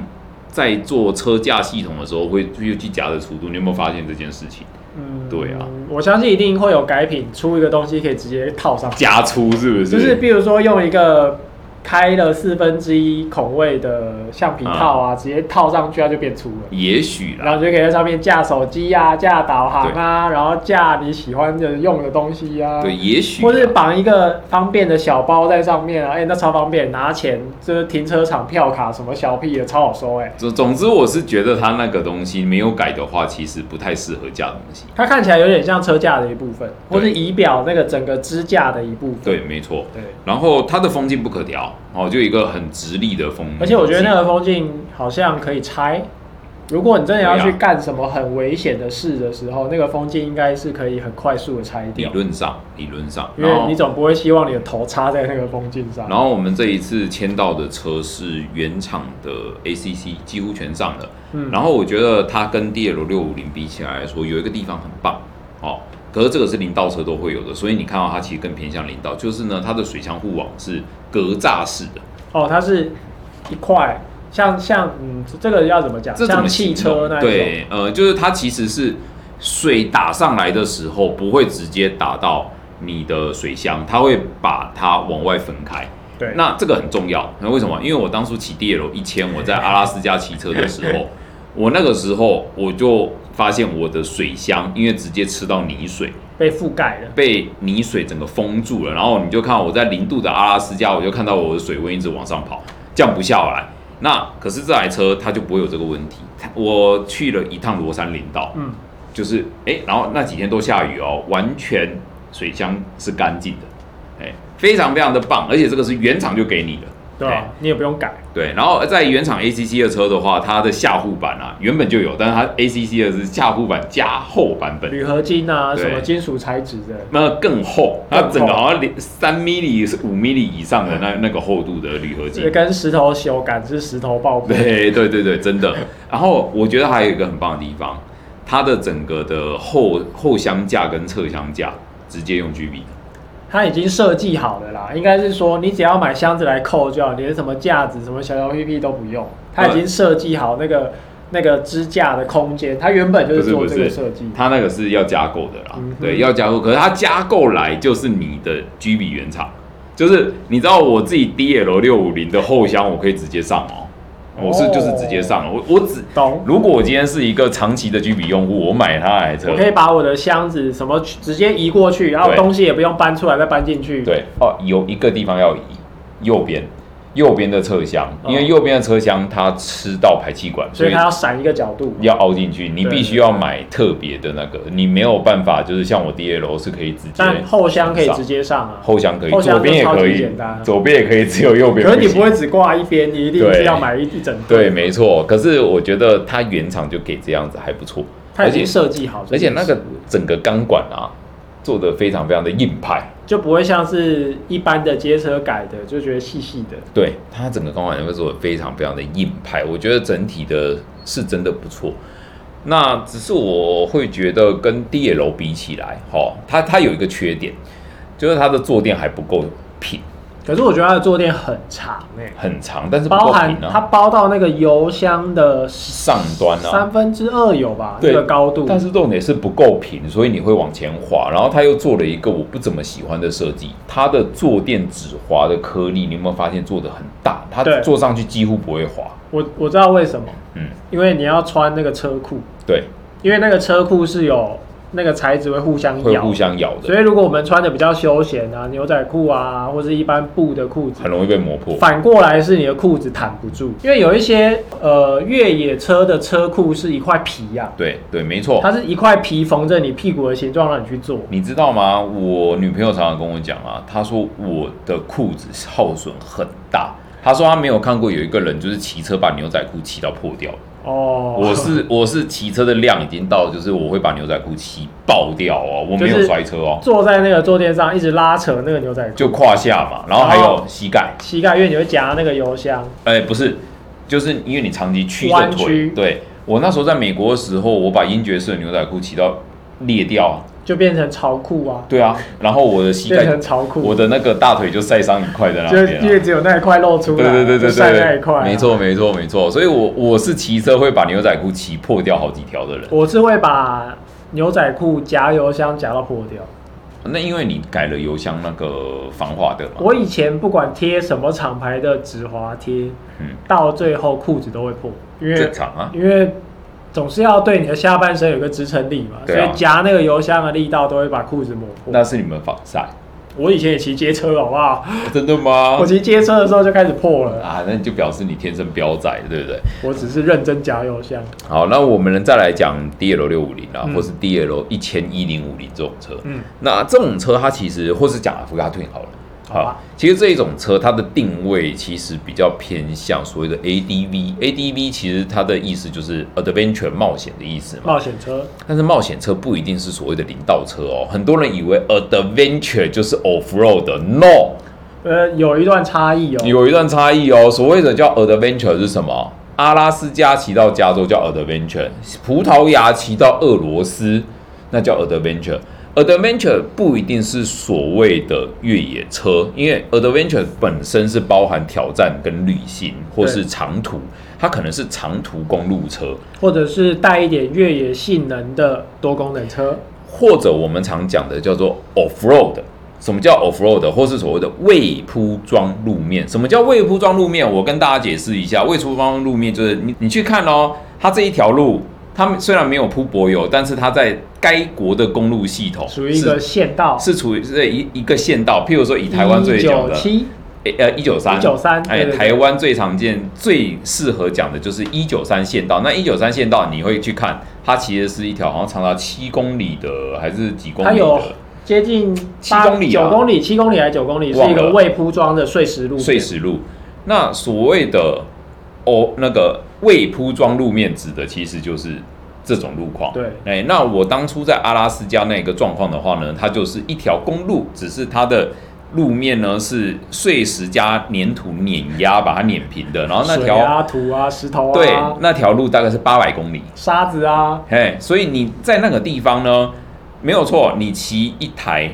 Speaker 1: 在做车架系统的时候会去去夹的粗度，你有没有发现这件事情？
Speaker 2: 嗯
Speaker 1: 对啊，
Speaker 2: 我相信一定会有改品出一个东西可以直接套上去，
Speaker 1: 夹粗是不是？
Speaker 2: 就是比如说用一个开了四分之一孔位的橡皮套啊，直接套上去它就变粗了。
Speaker 1: 也许啦，
Speaker 2: 然后就可以在上面架手机啊，架导航啊，然后架你喜欢的用的东西啊，
Speaker 1: 对，也许啦
Speaker 2: 或是绑一个方便的小包在上面啊，哎、那超方便，拿钱就是停车场票卡什么小屁的超好收哎、
Speaker 1: 总总之，我是觉得它那个东西没有改的话，其实不太适合架东西。
Speaker 2: 它看起来有点像车架的一部分，
Speaker 1: 对
Speaker 2: 或是仪表那个整个支架的一部分。
Speaker 1: 对，没错。
Speaker 2: 对，
Speaker 1: 然后它的风镜不可调，哦，就一个很直立的风。
Speaker 2: 而且我觉得那个风镜好像可以拆。如果你真的要
Speaker 1: 对
Speaker 2: 去
Speaker 1: 啊风
Speaker 2: 干什么很危险的事的时候，那个风镜应该是可以很快速的拆
Speaker 1: 理
Speaker 2: 掉，
Speaker 1: 论上，理论上，
Speaker 2: 因为
Speaker 1: 然
Speaker 2: 你
Speaker 1: 后
Speaker 2: 总不会希望你的头插在那个风镜上。
Speaker 1: 然后我们这一次签到的车是原厂的 ACC，几乎全上了。
Speaker 2: 嗯
Speaker 1: 然后我觉得它跟 DL 六五零比起来来说，有一个地方很棒哦。可是这个是林道车都会有的，所以你看到它其实更偏向林道，就是呢，它的水箱护网是格栅式的，
Speaker 2: 哦，它是一块，像像嗯，这个要怎么讲？
Speaker 1: 这怎
Speaker 2: 像
Speaker 1: 么
Speaker 2: 汽
Speaker 1: 形容
Speaker 2: 车那一种，
Speaker 1: 对，呃，就是它其实是水打上来的时候，不会直接打到你的水箱，它会把它往外分开。
Speaker 2: 对，
Speaker 1: 那这个很重要，那为什么？因为我当初骑 DL 一千，我在阿拉斯加骑车的时候，我那个时候我就发现我的水箱因为直接吃到泥水，
Speaker 2: 被覆盖了。
Speaker 1: 被泥水整个封住了，然后你就看我在零度的阿拉斯加，我就看到我的水温一直往上跑，降不下来。那可是这台车它就不会有这个问题。它我去了一趟罗山林道，
Speaker 2: 嗯，
Speaker 1: 就是哎、诶然后那几天都下雨哦，完全水箱是干净的，哎、非常非常的棒，而且这个是原厂就给你的，
Speaker 2: 对啊
Speaker 1: 哎，
Speaker 2: 你也不用改。
Speaker 1: 对，然后在原厂 ACC 的车的话，它的下护板啊原本就有，但是它 ACC 的是下护板加厚版本，
Speaker 2: 铝合金啊，
Speaker 1: 对
Speaker 2: 什么金属材质的，
Speaker 1: 那更厚，
Speaker 2: 更
Speaker 1: 它
Speaker 2: 厚嗯
Speaker 1: 整个好像连三 m 米是五 m 米以上的那那个厚度的铝合
Speaker 2: 这
Speaker 1: 金。
Speaker 2: 跟石头修改是石头爆破。
Speaker 1: 对对对对，真 的。然后我觉得还有一个很棒的地方，它的整个的后后箱架跟侧箱架直接用 GB 的，
Speaker 2: 它已经设计好了啦，应该是说你只要买箱子来扣就好，连什么架子、什么小小 PP 都不用，它已经设计好那个那个支架的空间，它原本就
Speaker 1: 不
Speaker 2: 是
Speaker 1: 是
Speaker 2: 做
Speaker 1: 不
Speaker 2: 这个
Speaker 1: 是
Speaker 2: 设计，。
Speaker 1: 嗯它那个是要加购的啦
Speaker 2: 嗯哼，
Speaker 1: 对，要加购。可是它加购来就是你的 GB 原厂，就是你知道我自己 DL 六五零的后箱，我可以直接上哦，我是就是直接上了，我我只
Speaker 2: 懂？
Speaker 1: 如果我今天是一个长期的 GB 用户，我买它台车，
Speaker 2: 我可以把我的箱子什么直接移过去，然后
Speaker 1: 对
Speaker 2: 东西也不用搬出来再搬进去。，
Speaker 1: 对哦，有一个地方要移，右边，右边的车厢，
Speaker 2: 哦
Speaker 1: 因为右边的车厢它吃到排气管，
Speaker 2: 所以它要闪一个角度。
Speaker 1: 要凹进去，你
Speaker 2: 对
Speaker 1: 必须要买特别的那个，你没有办法，就是像我 DL 是可以直接
Speaker 2: 但后箱可以直
Speaker 1: 接
Speaker 2: 接上啊，
Speaker 1: 后箱可以，
Speaker 2: 后箱
Speaker 1: 左边也可
Speaker 2: 就超级
Speaker 1: 以
Speaker 2: 简单，
Speaker 1: 左边也可以，只有右边
Speaker 2: 可是你
Speaker 1: 行
Speaker 2: 不会只挂一边，你一定是
Speaker 1: 对
Speaker 2: 要买一一整
Speaker 1: 对，没错。可是我觉得它原厂就给这样子还不错，
Speaker 2: 它已
Speaker 1: 而
Speaker 2: 经
Speaker 1: 且
Speaker 2: 设计好这
Speaker 1: 而且
Speaker 2: 件事，
Speaker 1: 那个整个钢管啊做的非常非常的硬派。
Speaker 2: 就不会像是一般的街车改的，就觉得细细的。
Speaker 1: 对它整个钢管会做的非常非常的硬派，我觉得整体的是真的不错。那只是我会觉得跟 DL 比起来，哦，它它有一个缺点，就是它的坐垫还不够平，
Speaker 2: 可是我觉得它的坐垫很长诶、
Speaker 1: 很长，但是不够
Speaker 2: 包
Speaker 1: 平
Speaker 2: 含它
Speaker 1: 啊，
Speaker 2: 包到那个油箱的
Speaker 1: 上端
Speaker 2: 三
Speaker 1: 啊，
Speaker 2: 分之二有吧，
Speaker 1: 对
Speaker 2: 啊那个高度。
Speaker 1: 但是重点是不够平，所以你会往前滑。然后它又做了一个我不怎么喜欢的设计，它的坐垫止滑的颗粒，你有没有发现做的很大？它
Speaker 2: 对
Speaker 1: 坐上去几乎不会滑。
Speaker 2: 我我知道为什么，
Speaker 1: 嗯，
Speaker 2: 因为你要穿那个车裤，
Speaker 1: 对，
Speaker 2: 因为那个车裤是有那个材质会互相
Speaker 1: 会
Speaker 2: 咬，
Speaker 1: 互相咬的，
Speaker 2: 所以如果我们穿的比较休闲啊，牛仔裤啊，或是一般布的裤子
Speaker 1: 很，容易被磨破。
Speaker 2: 反过来是你的裤子弹不住，因为有一些呃越野车的车裤是一块皮呀、
Speaker 1: 对对，没错。
Speaker 2: 它是一块皮缝着你屁股的形状让你去做。
Speaker 1: 你知道吗？我女朋友常常跟我讲啊，她说我的裤子耗损很大。她说她没有看过有一个人就是骑车把牛仔裤骑到破掉。
Speaker 2: 哦，
Speaker 1: 我是我是骑车的量已经到，就是我会把牛仔裤骑爆掉哦，我没
Speaker 2: 就
Speaker 1: 有
Speaker 2: 是
Speaker 1: 摔车哦，
Speaker 2: 坐在那个坐垫上一直拉扯那个牛仔裤，
Speaker 1: 就胯下嘛，然后还
Speaker 2: 哦
Speaker 1: 有膝盖，
Speaker 2: 膝盖因为你会夹那个油箱，
Speaker 1: 哎、不是，就是因为你长期屈着
Speaker 2: 弯
Speaker 1: 腿
Speaker 2: 曲。
Speaker 1: 对我那时候在美国的时候，我把英爵士的牛仔裤骑到裂掉啊，
Speaker 2: 就变成潮裤啊，
Speaker 1: 对啊，然后我的膝
Speaker 2: 变
Speaker 1: 盖
Speaker 2: 成，潮裤，
Speaker 1: 我的那个大腿就晒伤一块在那
Speaker 2: 就
Speaker 1: 边、啊，
Speaker 2: 因为只有那一块露出来，
Speaker 1: 对对对
Speaker 2: 啊就
Speaker 1: 对
Speaker 2: 晒
Speaker 1: 对，
Speaker 2: 那一块、啊
Speaker 1: 没。错没错没错。所以我我是骑车会把牛仔裤骑破掉好几条的人。
Speaker 2: 我是会把牛仔裤夹油箱夹到破掉。
Speaker 1: 那因为你改了油箱那个防滑的嘛，
Speaker 2: 我以前不管贴什么厂牌的止滑贴，
Speaker 1: 嗯
Speaker 2: 到最后裤子都会破，因为
Speaker 1: 正常啊，
Speaker 2: 因为总是要对你的下半身有个支撑力嘛，所
Speaker 1: 对啊
Speaker 2: 以夹那个油箱的力道都会把裤子磨破。
Speaker 1: 那是你们防晒，
Speaker 2: 我以前也骑街车，好不好？
Speaker 1: 真的吗
Speaker 2: 我？骑街车的时候就开始破了，
Speaker 1: 啊，那就表示你天生标仔，对不对？
Speaker 2: 我只是认真夹油箱。
Speaker 1: 好，那我们再来讲 DL 六五零啊，
Speaker 2: 嗯
Speaker 1: 或是 DL 一千一零五零这种车。
Speaker 2: 嗯，
Speaker 1: 那这种车它其实，或是讲阿弗拉顿好了，
Speaker 2: 好啊
Speaker 1: 其实这一种车它的定位其实比较偏向所谓的 ADV，ADV 其实它的意思就是 adventure 冒险的意思嘛。
Speaker 2: 冒险车
Speaker 1: 但是冒险车不一定是所谓的林道车哦，很多人以为 adventure 就是 off road，no，
Speaker 2: 呃有一段差异哦，
Speaker 1: 有一段差异哦。所谓的叫 adventure 是什么？阿拉斯加骑到加州叫 adventure，葡萄牙骑到俄罗斯那叫 adventure。adventure 不一定是所谓的越野车，因为 adventure 本身是包含挑战跟旅行或是
Speaker 2: 对
Speaker 1: 长途，它可能是长途公路车，
Speaker 2: 或者是带一点越野性能的多功能车。
Speaker 1: 或者我们常讲的叫做 off road。什么叫 off road，或是所谓的未铺装路面？什么叫未铺装路面？我跟大家解释一下，未铺装路面就是你你去看哦，它这一条路，它们虽然没有铺柏油，但是它在该国的公路系统
Speaker 2: 属于一
Speaker 1: 是
Speaker 2: 个县道，
Speaker 1: 是处于是一一个县道，譬如说以台湾最久
Speaker 2: 九
Speaker 1: 的。
Speaker 2: 七，
Speaker 1: 诶呃，一九三，
Speaker 2: 193
Speaker 1: 哎，
Speaker 2: 对对对
Speaker 1: 台湾最常见、最适合讲的就是一九三县道。那一九三县道，你会去看，它其实是一条好像长达七公里的，还是几公
Speaker 2: 它
Speaker 1: 里
Speaker 2: 有
Speaker 1: 的
Speaker 2: 接近
Speaker 1: 七
Speaker 2: 八
Speaker 1: 公里啊
Speaker 2: 九公里、七公里还是九公里，是
Speaker 1: 忘
Speaker 2: 一个
Speaker 1: 了
Speaker 2: 未铺装的碎石路。
Speaker 1: 碎，石路。那所谓的哦，那个未铺装路面指的其实就是这种路况。
Speaker 2: 对
Speaker 1: 哎，那我当初在阿拉斯加那个状况的话呢，它就是一条公路，只是它的路面呢是碎石加粘土碾压把它碾平的，然后那
Speaker 2: 水
Speaker 1: 条、
Speaker 2: 啊、土啊、石头
Speaker 1: 对
Speaker 2: 啊、
Speaker 1: 那条路大概是八百公里。
Speaker 2: 沙子啊，
Speaker 1: 嘿，所以你在那个地方呢，没有错，你骑一台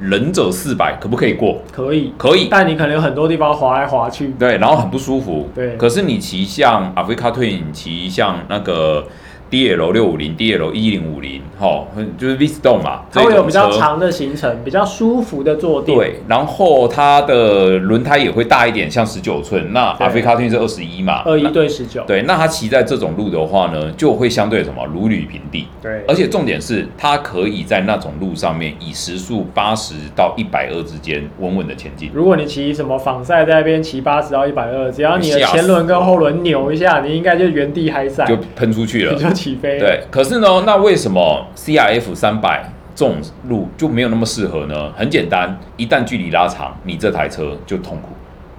Speaker 1: 忍者四百可不可以过？
Speaker 2: 可以，
Speaker 1: 可以，
Speaker 2: 但你可能有很多地方滑来滑去。
Speaker 1: 对，然后很不舒服。
Speaker 2: 对
Speaker 1: 可是你骑像 a f r i c a Twin，骑像那个 DL 六五零、DL 一零五零，哈，就是 Vistone 嘛，
Speaker 2: 它
Speaker 1: 这
Speaker 2: 会有
Speaker 1: 种
Speaker 2: 比较
Speaker 1: 车。
Speaker 2: 长的行程，比较舒服的坐垫。，
Speaker 1: 对，然后它的轮胎也会大一点，像十九寸。那 a
Speaker 2: 对
Speaker 1: f r i c a Twin 是二十一嘛，
Speaker 2: 二一
Speaker 1: 那
Speaker 2: 对十九。
Speaker 1: 对，那它骑在这种路的话呢，就会相对什么如履平地。
Speaker 2: 对
Speaker 1: 而且重点是，它可以在那种路上面以时速八十到一百二之间稳稳的前进。
Speaker 2: 如果你骑什么仿赛在那边骑八十到一百二，只要你的
Speaker 1: 吓死
Speaker 2: 前轮跟后轮扭一下，你应该就原地嗨赛，
Speaker 1: 就喷出去了，
Speaker 2: 你就起飞。，
Speaker 1: 对，可是呢，那为什么 CRF 三百这种路就没有那么适合呢？很简单，一旦距离拉长，你这台车就痛苦。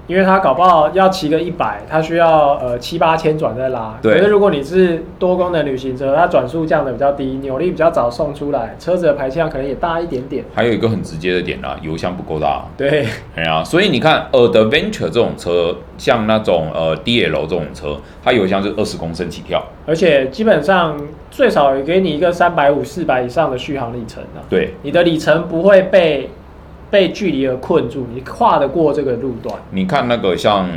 Speaker 2: 因为它搞不好要骑个一百，它需要呃七八千转再拉。
Speaker 1: 对
Speaker 2: 可是如果你是多功能旅行车，它转速降的比较低，扭力比较早送出来，车子的排气量可能也大一点点。
Speaker 1: 还有一个很直接的点啦、油箱不够大。
Speaker 2: 对，
Speaker 1: 哎呀、所以你看呃 a d v e n t u r e 这种车，像那种呃 DL 这种车，它油箱是二十公升起跳。
Speaker 2: 而且基本上最少也给你一个三百五、四百以上的续航里程啊。
Speaker 1: 对，
Speaker 2: 你的里程不会被被距离而困住，你跨得过这个路段，
Speaker 1: 你看那个像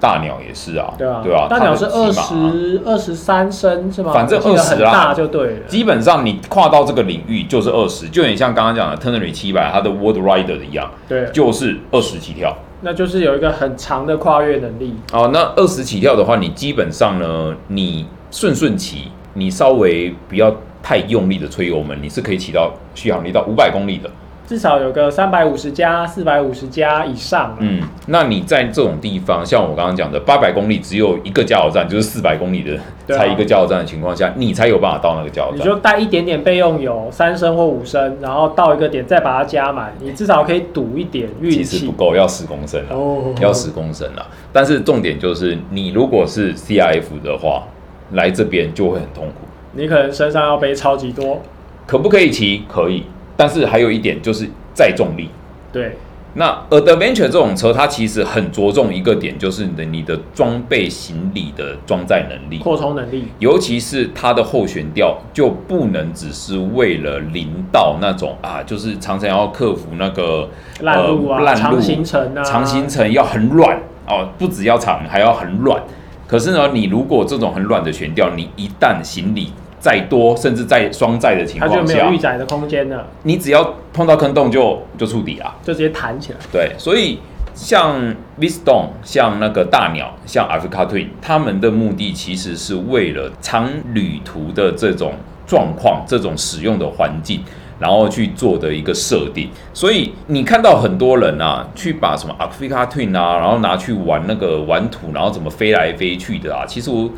Speaker 1: 大鸟也是啊，
Speaker 2: 对啊，
Speaker 1: 对啊，
Speaker 2: 大鸟是
Speaker 1: 它的
Speaker 2: 二
Speaker 1: 骑马啊
Speaker 2: 十二十三升是吗？
Speaker 1: 反正
Speaker 2: 我记得
Speaker 1: 20
Speaker 2: 很
Speaker 1: 啦
Speaker 2: 大就对了。
Speaker 1: 基本上你跨到这个领域就是二十，就有点像刚刚讲的 Turnery 七百，它的 World Rider 一样，
Speaker 2: 对，
Speaker 1: 就是二十起跳。
Speaker 2: 那就是有一个很长的跨越能力。
Speaker 1: 哦，那二十起跳的话，你基本上呢，你顺顺骑，你稍微不要太用力的吹油门，你是可以骑到续航力到五百公里的。
Speaker 2: 至少有个三百五十加、四百五十加以上、啊，
Speaker 1: 嗯，那你在这种地方，像我刚刚讲的，八百公里只有一个加油站，就是四百公里的、
Speaker 2: 对啊
Speaker 1: 才一个加油站的情况下，你才有办法到那个加油
Speaker 2: 你
Speaker 1: 站。
Speaker 2: 就带一点点备用油，三升或五升，然后到一个点再把它加满，你至少可以赌一点运
Speaker 1: 其实不
Speaker 2: 气。
Speaker 1: 够，要十公升啊，
Speaker 2: 哦
Speaker 1: 要十公升啊。但是重点就是，你如果是 CRF 的话，来这边就会很痛苦。
Speaker 2: 你可能身上要背超级多，
Speaker 1: 可不可以骑？可以，但是还有一点就是载重力。
Speaker 2: 对，
Speaker 1: 那 Adventure 这种车，它其实很着重一个点，就是你的你的装备行李的装载能力，
Speaker 2: 扩充能力。
Speaker 1: 尤其是它的后悬吊就不能只是为了临到那种啊，就是常常要克服那个
Speaker 2: 烂路啊
Speaker 1: 呃烂路
Speaker 2: 长行程啊
Speaker 1: 长行程要很软哦，不只要长，还要很软。可是呢，你如果这种很软的悬吊，你一旦行李再多，甚至在双载的情
Speaker 2: 它就
Speaker 1: 况
Speaker 2: 没有
Speaker 1: 下
Speaker 2: 预，载的空间了，
Speaker 1: 你只要碰到坑洞就就触底啊。
Speaker 2: 就直接弹起来。
Speaker 1: 对，所以像 Vistone、像那个大鸟、像 Africa Twin，他们的目的其实是为了长旅途的这种状况、这种使用的环境。然后去做的一个设定，所以你看到很多人啊，去把什么 Africa Twin 啊，然后拿去玩那个玩土，然后怎么飞来飞去的啊，其实我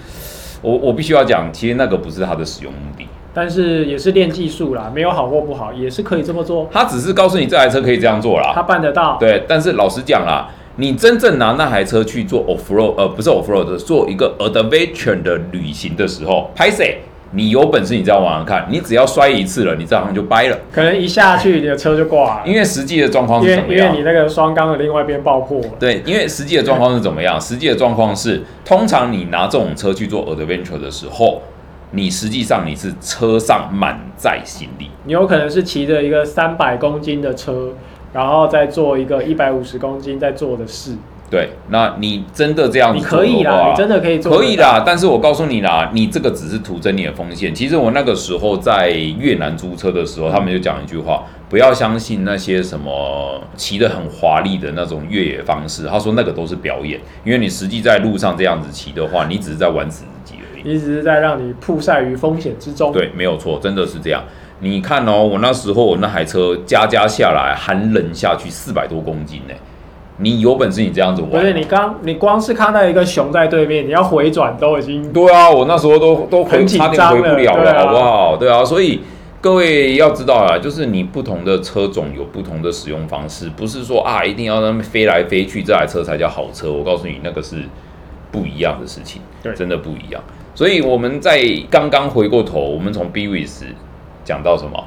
Speaker 1: 我我必须要讲，其实那个不是它的使用目的，
Speaker 2: 但是也是练技术啦，没有好或不好，也是可以这么做，
Speaker 1: 它只是告诉你这台车可以这样做啦。
Speaker 2: 他办得到。
Speaker 1: 对，但是老实讲啦，你真正拿那台车去做 off road，呃，不是 off road，做一个 adventure 的旅行的时候，拍谁？你有本事你再往上看，你只要摔一次了，你这行就掰了。
Speaker 2: 可能一下去你的车就挂了，
Speaker 1: 因为实际的状况
Speaker 2: 因
Speaker 1: 是
Speaker 2: 为
Speaker 1: 怎么
Speaker 2: 因为
Speaker 1: 样
Speaker 2: 你？那个双缸的另外一边爆破了。
Speaker 1: 对，因为实际的状况是怎么样？实际的状况是，通常你拿这种车去做 adventure 的时候，你实际上你是车上满载行李，
Speaker 2: 你有可能是骑着一个三百公斤的车，然后再做一个一百五十公斤在做的事，
Speaker 1: 对，那你真的这样
Speaker 2: 你
Speaker 1: 子
Speaker 2: 可以
Speaker 1: 做的
Speaker 2: 啦，
Speaker 1: 话
Speaker 2: 你真的可以做，
Speaker 1: 可以。啦，但是我告诉你啦，你这个只是徒增你的风险。其实我那个时候在越南租车的时候，他们就讲一句话：不要相信那些什么骑得很华丽的那种越野方式。他说那个都是表演，因为你实际在路上这样子骑的话，你只是在玩死自己而已。你。
Speaker 2: 你只是在让你曝晒于风险之中。，
Speaker 1: 对，没有错，真的是这样。你看哦，我那时候我那台车加加下来，含冷下去四百多公斤呢、你有本事你这样子玩、哦
Speaker 2: 而且你刚你光是看到一个熊在对面，你要回转都已经
Speaker 1: 对啊，我那时候都都回
Speaker 2: 很紧
Speaker 1: 差
Speaker 2: 张
Speaker 1: 点回不了
Speaker 2: 了对
Speaker 1: 了，
Speaker 2: 啊
Speaker 1: 好不好？对啊，所以各位要知道啊，就是你不同的车种有不同的使用方式，不是说啊一定要那么飞来飞去，这台车才叫好车。我告诉你，那个是不一样的事情，
Speaker 2: 对
Speaker 1: 真的不一样。所以我们在刚刚回过头，我们从 BWS 讲到什么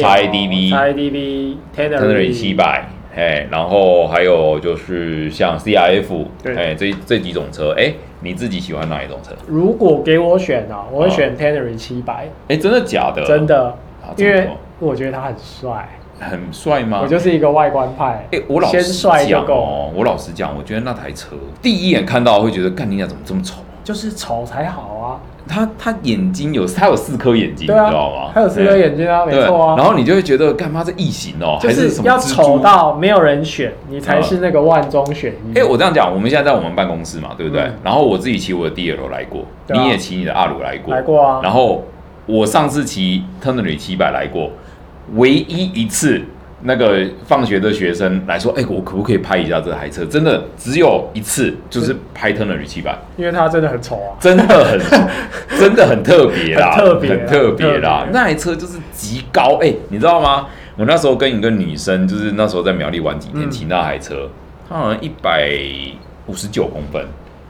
Speaker 1: XIDV
Speaker 2: IDV
Speaker 1: Tenere
Speaker 2: Tenere
Speaker 1: 七，百，哎，然后还有就是像 CRF，
Speaker 2: 对
Speaker 1: 哎，这这几种车，哎，你自己喜欢哪一种车？
Speaker 2: 如果给我选啊，我会
Speaker 1: 啊
Speaker 2: 选 Tenere 七百，
Speaker 1: 哎，真的假的？
Speaker 2: 真的
Speaker 1: 啊，
Speaker 2: 因
Speaker 1: 这么
Speaker 2: 为
Speaker 1: 多
Speaker 2: 我觉得他很帅，
Speaker 1: 很帅吗？
Speaker 2: 我就是一个外观派
Speaker 1: 哎、，我老
Speaker 2: 先
Speaker 1: 实
Speaker 2: 帅就
Speaker 1: 讲
Speaker 2: 够，
Speaker 1: 哦，我老实讲，我觉得那台车第一眼看到会觉得，干你俩怎么这么丑？啊
Speaker 2: 就是丑才好啊，
Speaker 1: 他他眼睛有，他有四颗眼睛，
Speaker 2: 对
Speaker 1: 你知道
Speaker 2: 啊
Speaker 1: 吗？，
Speaker 2: 他有四个眼睛啊，没
Speaker 1: 对，
Speaker 2: 错啊，
Speaker 1: 然后你就会觉得，干嘛这异形哦，
Speaker 2: 就
Speaker 1: 还是
Speaker 2: 是
Speaker 1: 什么
Speaker 2: 要
Speaker 1: 蜘蛛嗯
Speaker 2: 丑到没有人选，你才是那个万中选一。
Speaker 1: 哎、我这样讲，我们现在在我们办公室嘛，对不对？
Speaker 2: 嗯
Speaker 1: 然后我自己骑我的 D L 来过，
Speaker 2: 对啊
Speaker 1: 你也骑你的阿鲁来过，
Speaker 2: 来过啊
Speaker 1: 然后我上次骑 t e n e r y 七百来过，唯一一次那个放学的学生来说，哎、我可不可以拍一下这台车？真的只有一次，就是拍 t e n e r y 七百，
Speaker 2: 因为他真的很丑啊，
Speaker 1: 真的很 真的很特别啦，
Speaker 2: 很特别啊
Speaker 1: 很特别啦
Speaker 2: 很特别。
Speaker 1: 那台车就是极高，哎、你知道吗？我那时候跟一个女生，就是那时候在苗栗玩几天，
Speaker 2: 嗯
Speaker 1: 骑、那台车，她好像一百五十九公分。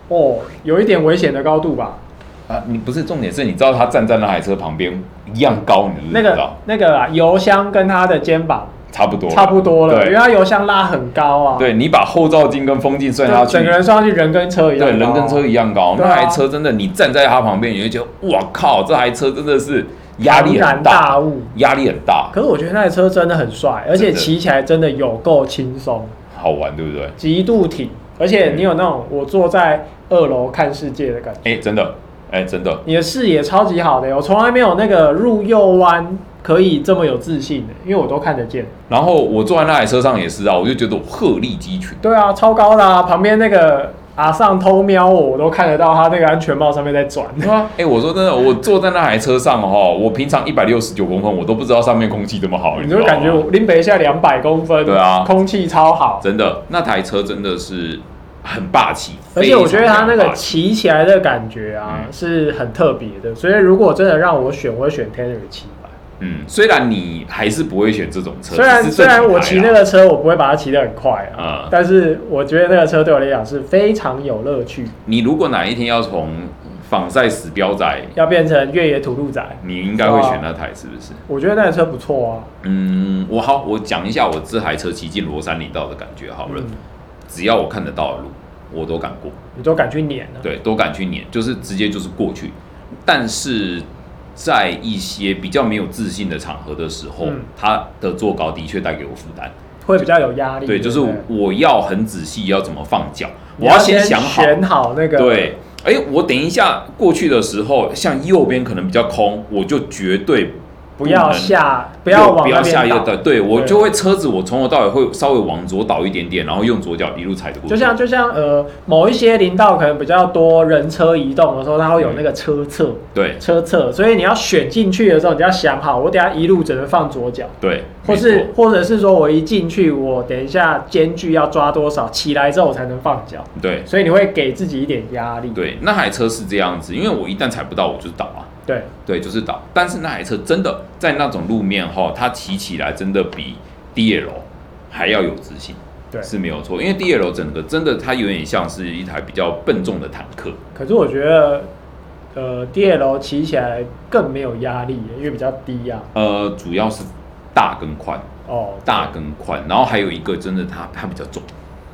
Speaker 2: 哦，有一点危险的高度吧。
Speaker 1: 啊，你不是重点是，你知道她站在那台车旁边一样高，你知不
Speaker 2: 那
Speaker 1: 知
Speaker 2: 个
Speaker 1: 道？
Speaker 2: 那个啊，油箱跟他的肩膀
Speaker 1: 差不多，
Speaker 2: 差不多了，因为
Speaker 1: 对，
Speaker 2: 他油箱拉很高啊，，
Speaker 1: 对你把后照镜跟风镜算下
Speaker 2: 就
Speaker 1: 去，
Speaker 2: 整个人上去人跟车一样、
Speaker 1: 对，人跟车一
Speaker 2: 样，
Speaker 1: 样高。
Speaker 2: 对啊
Speaker 1: 那台车真的，你站在它旁边，你会觉得，哇靠，这台车真的是压力
Speaker 2: 庞然
Speaker 1: 很
Speaker 2: 大物。
Speaker 1: 压力很大，
Speaker 2: 可是我觉得那台车真的很帅，而且骑起来真的有够轻松，
Speaker 1: 好玩，对不对？
Speaker 2: 极度挺，而且你有那种我坐在二楼看世界的感觉，
Speaker 1: 哎、真的，哎、真的，
Speaker 2: 你的视野超级好的，我从来没有那个入右弯可以这么有自信的，因为我都看得见。
Speaker 1: 然后我坐在那台车上也是啊，我就觉得我鹤立鸡群。
Speaker 2: 对啊，超高的啊，旁边那个阿尚偷瞄我，我都看得到他那个安全帽上面在转。
Speaker 1: 对啊，哎、我说真的，我坐在那台车上哦，我平常一百六十九公分，我都不知道上面空气这么好，
Speaker 2: 你
Speaker 1: 知道
Speaker 2: 就
Speaker 1: 吗
Speaker 2: 感觉我拎北下两百公分，
Speaker 1: 对啊
Speaker 2: 空气超好，
Speaker 1: 真的那台车真的是很霸气，
Speaker 2: 而且我觉得它
Speaker 1: 非
Speaker 2: 那
Speaker 1: 常
Speaker 2: 个
Speaker 1: 霸气
Speaker 2: 骑起来的感觉啊、
Speaker 1: 嗯
Speaker 2: 是很特别的，所以如果真的让我选，我会选 Tenere 七百。
Speaker 1: 嗯，虽然你还是不会选这种车，
Speaker 2: 虽然
Speaker 1: 只是
Speaker 2: 虽
Speaker 1: 这
Speaker 2: 然
Speaker 1: 几台
Speaker 2: 我
Speaker 1: 啊
Speaker 2: 骑那个车，我不会把它骑得很快啊，
Speaker 1: 嗯
Speaker 2: 但是我觉得那个车对我来讲是非常有乐趣，
Speaker 1: 你如果哪一天要从仿赛死标仔，
Speaker 2: 要变成越野土路仔，
Speaker 1: 你应该会选那台，是不是？
Speaker 2: 我觉得那个车不错啊。
Speaker 1: 嗯，我好，我讲一下我这台车骑进罗山林道的感觉好了。
Speaker 2: 嗯
Speaker 1: 只要我看得到的路，我都敢过，
Speaker 2: 你都敢去撵啊了、
Speaker 1: 对，都敢去撵，就是直接就是过去。但是在一些比较没有自信的场合的时候，
Speaker 2: 嗯
Speaker 1: 它的坐高的确带给我负担。
Speaker 2: 会比较有压力。
Speaker 1: 对，就是
Speaker 2: 不
Speaker 1: 我要很仔细要怎么放脚，
Speaker 2: 你
Speaker 1: 我要先想好。
Speaker 2: 选好那个，
Speaker 1: 对，哎、我等一下过去的时候，像右边可能比较空，我就绝对
Speaker 2: 不要
Speaker 1: 能
Speaker 2: 下，不
Speaker 1: 不
Speaker 2: 要往
Speaker 1: 不
Speaker 2: 那
Speaker 1: 要下
Speaker 2: 边
Speaker 1: 右
Speaker 2: 倒。
Speaker 1: 的，对我
Speaker 2: 对
Speaker 1: 就会车子，我从头到尾会稍微往左倒一点点，然后用左脚一路踩着过去。
Speaker 2: 就像就像呃，某一些林道可能比较多人车移动的时候，它会有那个车侧、
Speaker 1: 对
Speaker 2: 车侧，所以你要选进去的时候，你要想好，我等一下一路只能放左脚，
Speaker 1: 对，
Speaker 2: 或
Speaker 1: 没
Speaker 2: 是
Speaker 1: 错
Speaker 2: 或者是说我一进去，我等一下间距要抓多少，起来之后我才能放脚，
Speaker 1: 对
Speaker 2: 所以你会给自己一点压力。
Speaker 1: 对，那台车是这样子，因为我一旦踩不到，我就是倒啊。
Speaker 2: 对
Speaker 1: 对，就是倒。但是那台车真的在那种路面哈，它骑起来真的比 DL 还要有自信，
Speaker 2: 对
Speaker 1: 是没有错。因为 DL 整个真的它有点像是一台比较笨重的坦克，
Speaker 2: 可是我觉得。呃，DL 骑起来更没有压力，因为比较低呀、
Speaker 1: 呃，主要是大跟宽，
Speaker 2: 哦，
Speaker 1: 大跟宽，然后还有一个真的它它比较重，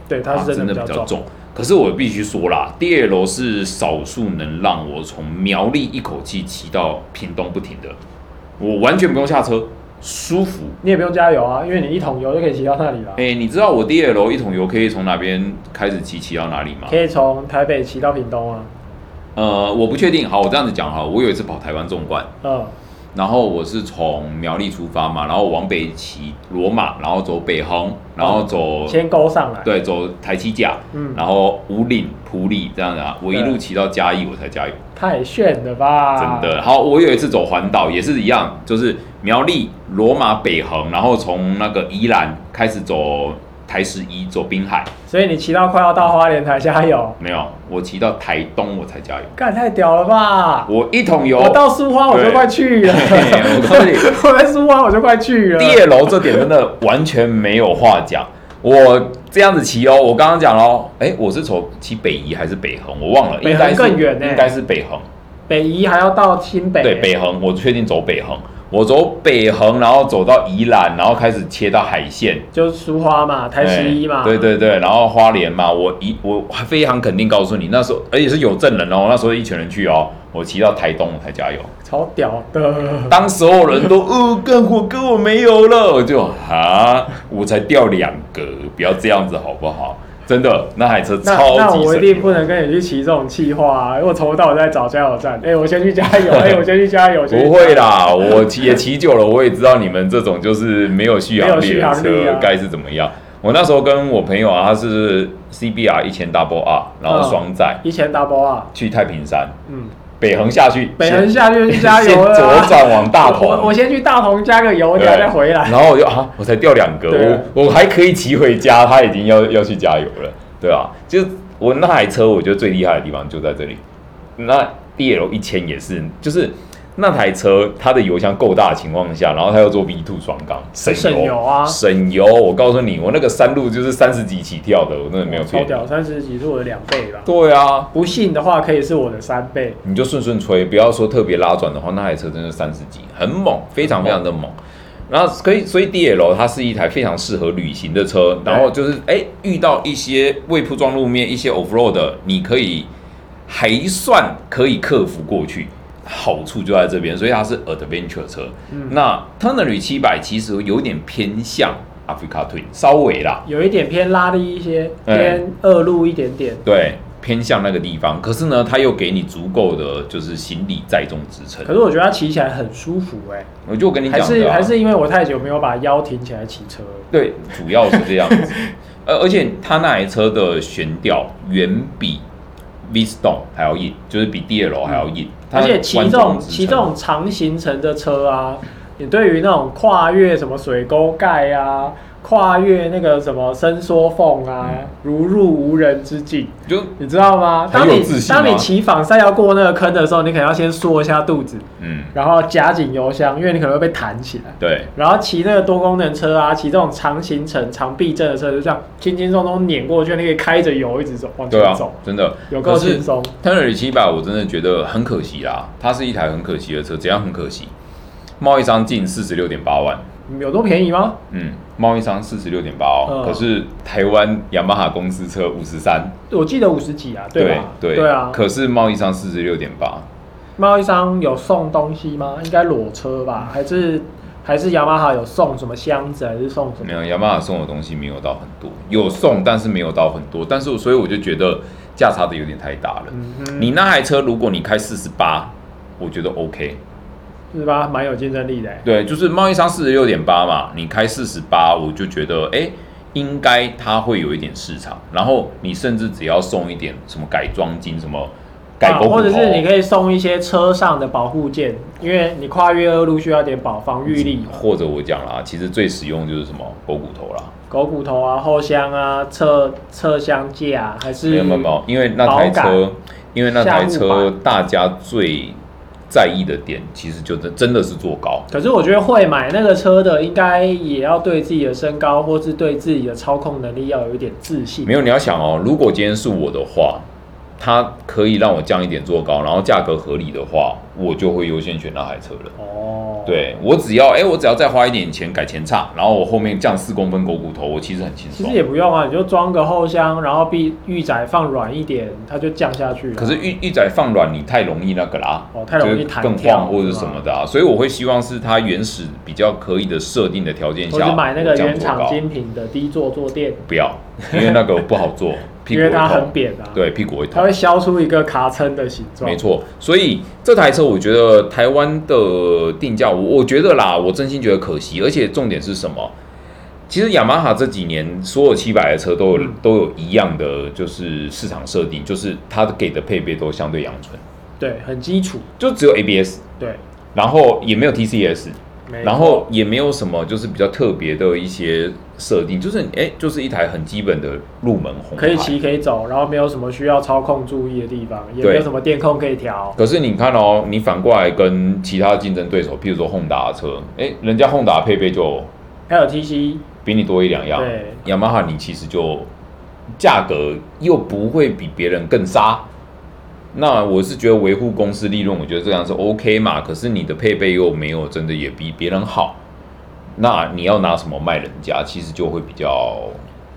Speaker 2: 对，它是真的
Speaker 1: 比
Speaker 2: 比较
Speaker 1: 较
Speaker 2: 重。
Speaker 1: 重。可是我必须说啦，DL 是少数能让我从苗栗一口气骑到屏东不停的，我完全不用下车，舒服。
Speaker 2: 你也不用加油啊，因为你一桶油就可以骑到那里了。
Speaker 1: 哎、你知道我 DL 一桶油可以从哪边开始骑骑到哪里吗
Speaker 2: 可？以从台北骑到屏东啊。
Speaker 1: 呃，我不确定。好，我这样子讲哈，我有一次跑台湾纵贯，
Speaker 2: 嗯，
Speaker 1: 然后我是从苗栗出发嘛，然后往北骑罗马，然后走北横，然后走、
Speaker 2: 哦先勾上来，，
Speaker 1: 对走台七甲，
Speaker 2: 嗯，
Speaker 1: 然后五岭、埔里这样的、啊，我一路
Speaker 2: 对啊
Speaker 1: 骑到嘉义，我才加油。
Speaker 2: 太炫了吧，
Speaker 1: 真的。好，我有一次走环岛也是一样，就是苗栗、罗马、北横，然后从那个宜兰开始走台十一，走滨海。
Speaker 2: 所以你骑到快要到花莲才加油，
Speaker 1: 没有，我骑到台东我才加油。
Speaker 2: 干太屌了吧！
Speaker 1: 我一桶油，
Speaker 2: 我到苏花我就快去了，
Speaker 1: 嘿我告诉 你，
Speaker 2: 我在苏花我就快去了，
Speaker 1: 二楼这点真的完全没有话讲。我这样子骑哦，我刚刚讲喽，哎、我是从骑北宜还是北横，我忘了，
Speaker 2: 北横
Speaker 1: 应该是
Speaker 2: 更远欸
Speaker 1: 应该是北横。
Speaker 2: 北宜还要到新北，
Speaker 1: 对，北横，我确定走北横，我走北横，然后走到宜兰，然后开始切到海线，
Speaker 2: 就是苏花嘛，台十一嘛，
Speaker 1: 哎对对对，然后花莲嘛，我一我非常肯定告诉你，那时候而且是有证人哦，那时候一群人去哦，我骑到台东我才加油，
Speaker 2: 超屌的，
Speaker 1: 当所有人都哦，干火哥我没有了，我就啊，我才掉两格，不要这样子好不好？真的，那台车
Speaker 2: 那
Speaker 1: 超
Speaker 2: 那
Speaker 1: 级
Speaker 2: 我一
Speaker 1: 省
Speaker 2: 定
Speaker 1: 油。
Speaker 2: 不能跟你去骑这种气话、啊，因为我从头到尾在找加油站，哎、我先去加 油，哎、我先去加油，我先去加
Speaker 1: 不
Speaker 2: 油
Speaker 1: 会，啦，我骑也骑久了，我也知道你们这种就是没有续航力
Speaker 2: 没有续
Speaker 1: 的
Speaker 2: 航力
Speaker 1: 车
Speaker 2: 啊
Speaker 1: 该是怎么样。我那时候跟我朋友啊，他是 CBR 一千 Double R，然后
Speaker 2: 嗯
Speaker 1: 双载、
Speaker 2: 一千 double 啊，
Speaker 1: 去太平山，
Speaker 2: 嗯，
Speaker 1: 北横下去，
Speaker 2: 北
Speaker 1: 先
Speaker 2: 横下去就去加油了、啊，
Speaker 1: 先左转往大同
Speaker 2: 我我我先去大同加个油，等下再回来。
Speaker 1: 然后我就啊，我才掉两格，
Speaker 2: 对啊
Speaker 1: 我我还可以骑回家，他已经要要去加油了，对啊，就是我那台车，我觉得最厉害的地方就在这里。那 DL 一千也是，就是那台车它的油箱够大的情况下，然后它又做 V two 双缸，省油
Speaker 2: 省油啊
Speaker 1: 省油我告诉你，我那个山路就是三十几起跳的，我真的没有
Speaker 2: 哦超
Speaker 1: 骗你。
Speaker 2: 屌，三十几是我的两倍吧？
Speaker 1: 对啊，
Speaker 2: 不信的话可以是我的三倍。
Speaker 1: 你就顺顺吹，不要说特别拉转的话，那台车真的三十几，很猛，非常非常的猛。然后所以所以 D L 它是一台非常适合旅行的车，
Speaker 2: 对
Speaker 1: 然后就是哎遇到一些未铺装路面、一些 off road 的，你可以还算可以克服过去，好处就在这边，所以它是 adventure 车。
Speaker 2: 嗯
Speaker 1: 那 Tunnelry 七百其实有点偏向 Africa Twin，稍微啦，
Speaker 2: 有一点偏拉力一些，
Speaker 1: 哎
Speaker 2: 偏恶路一点点，
Speaker 1: 对，偏向那个地方。可是呢，它又给你足够的就是行李载重支撑
Speaker 2: 可。是我觉得它骑起来很舒服哎、
Speaker 1: 我就跟你
Speaker 2: 还
Speaker 1: 讲
Speaker 2: 是
Speaker 1: 的啊、
Speaker 2: 还是因为我太久没有把腰挺起来骑车了，
Speaker 1: 对，主要是这样 子。呃而而且它那台车的悬吊远比 V Stone 还要硬，就是比 D L 还要硬。它
Speaker 2: 而且骑这
Speaker 1: 弯
Speaker 2: 种
Speaker 1: 重支
Speaker 2: 骑这
Speaker 1: 撑
Speaker 2: 种长行程的车啊，你对于那种跨越什么水沟盖啊，跨越那个什么伸缩缝啊，如入无人之境。
Speaker 1: 就
Speaker 2: 你知道吗？
Speaker 1: 嗯很
Speaker 2: 当
Speaker 1: 有
Speaker 2: 你
Speaker 1: 自信啊
Speaker 2: 当你
Speaker 1: 吗
Speaker 2: 骑仿赛要过那个坑的时候，你可能要先缩一下肚子，
Speaker 1: 嗯，
Speaker 2: 然后夹紧油箱，因为你可能会被弹起来。
Speaker 1: 对，
Speaker 2: 然后骑那个多功能车啊，骑这种长行程、长避震的车，就这样轻轻松松碾过去，你可以开着油一直走往前
Speaker 1: 对啊
Speaker 2: 走，，
Speaker 1: 真的
Speaker 2: 有够
Speaker 1: 可是
Speaker 2: 轻松。
Speaker 1: Tunnelry 七百，我真的觉得很可惜啦。它是一台很可惜的车，怎样很可惜？贸易商进四十六点八万，
Speaker 2: 有多便宜吗？
Speaker 1: 嗯，贸易商四十六点八哦
Speaker 2: 嗯。
Speaker 1: 可是台湾雅马哈公司车五十三，
Speaker 2: 我记得五十几啊，吧？
Speaker 1: 对
Speaker 2: 对啊。
Speaker 1: 可是贸易商四十六点八，
Speaker 2: 贸易商有送东西吗？应该裸车吧？还是还是雅马哈有送什么箱子，还是送什
Speaker 1: 没
Speaker 2: 么？
Speaker 1: 有，雅马哈送的东西没有到很多，有送，但是没有到很多，但是我所以我就觉得价差的有点太大了。
Speaker 2: 嗯哼，
Speaker 1: 你那台车如果你开四十八，我觉得 OK，
Speaker 2: 是吧？蛮有竞争力的欸、
Speaker 1: 对，就是贸易商四十六点八嘛，你开四十八，我就觉得哎、诶应该它会有一点市场，然后你甚至只要送一点什么改装金什么。改哦
Speaker 2: 啊
Speaker 1: 狗骨头、
Speaker 2: 或者是你可以送一些车上的保护件，因为你跨越二路需要点保防御力嘛，
Speaker 1: 或者我讲啦，其实最实用就是什么狗骨头啦，
Speaker 2: 狗骨头啊、后箱啊、侧侧箱架、啊，还是
Speaker 1: 没有没有没有，因为那台
Speaker 2: 保
Speaker 1: 车，因为那台
Speaker 2: 下
Speaker 1: 车
Speaker 2: 路
Speaker 1: 大家最在意的点，其实就真真的是坐高。
Speaker 2: 可是我觉得会买那个车的，应该也要对自己的身高或是对自己的操控能力要有一点自信
Speaker 1: 没。有，你要想哦，如果今天是我的话，它可以让我降一点坐高，然后价格合理的话，我就会优先选那台车了。
Speaker 2: 哦，，
Speaker 1: 对我只要哎、我只要再花一点钱改前叉，然后我后面降四公分狗骨头，我其实很轻
Speaker 2: 其
Speaker 1: 松
Speaker 2: 实。也不用啊，你就装个后箱，然后避预载放软一点，它就降下去了。
Speaker 1: 可是玉玉仔放软你太容易那个啦，
Speaker 2: 哦太容易
Speaker 1: 就是
Speaker 2: 弹
Speaker 1: 更
Speaker 2: 跳
Speaker 1: 晃或者什么的啊，所以我会希望是它原始比较可以的设定的条件
Speaker 2: 或
Speaker 1: 下，
Speaker 2: 者买那个
Speaker 1: 我这样
Speaker 2: 原
Speaker 1: 做
Speaker 2: 厂
Speaker 1: 高
Speaker 2: 精品的低座坐垫，啊
Speaker 1: 不要，因为那个不好做，屁
Speaker 2: 因
Speaker 1: 股
Speaker 2: 为
Speaker 1: 会
Speaker 2: 它很
Speaker 1: 痛，
Speaker 2: 扁啊，，
Speaker 1: 对，屁股会
Speaker 2: 它
Speaker 1: 痛
Speaker 2: 会，削出一个卡撑的形状，
Speaker 1: 没，错。所以这台车，我觉得台湾的定价，我我觉得啦，我真心觉得可惜，而且重点是什么？其实雅马哈这几年所有七百的车都有、
Speaker 2: 嗯
Speaker 1: 都有一样的，就是市场设定，就是它给的配备都相对阳春，
Speaker 2: 对，很基础，
Speaker 1: 就只有 ABS，
Speaker 2: 对，
Speaker 1: 然后也没有 TCS，
Speaker 2: 没
Speaker 1: 然后也没有什么就是比较特别的一些设定，就是哎，就是一台很基本的入门红牌。
Speaker 2: 可以骑可以走，然后没有什么需要操控注意的地方，也
Speaker 1: 对
Speaker 2: 没有什么电控可以调，
Speaker 1: 可是你看哦，你反过来跟其他竞争对手，譬如说 Honda 的车，哎，人家 Honda 的配备就
Speaker 2: 还有 TC，
Speaker 1: 比你多一两样
Speaker 2: 对，
Speaker 1: 雅马哈你其实就价格又不会比别人更杀。那我是觉得维护公司利润，我觉得这样是 OK 嘛。可是你的配备又没有真的也比别人好，那你要拿什么卖人家，其实就会比较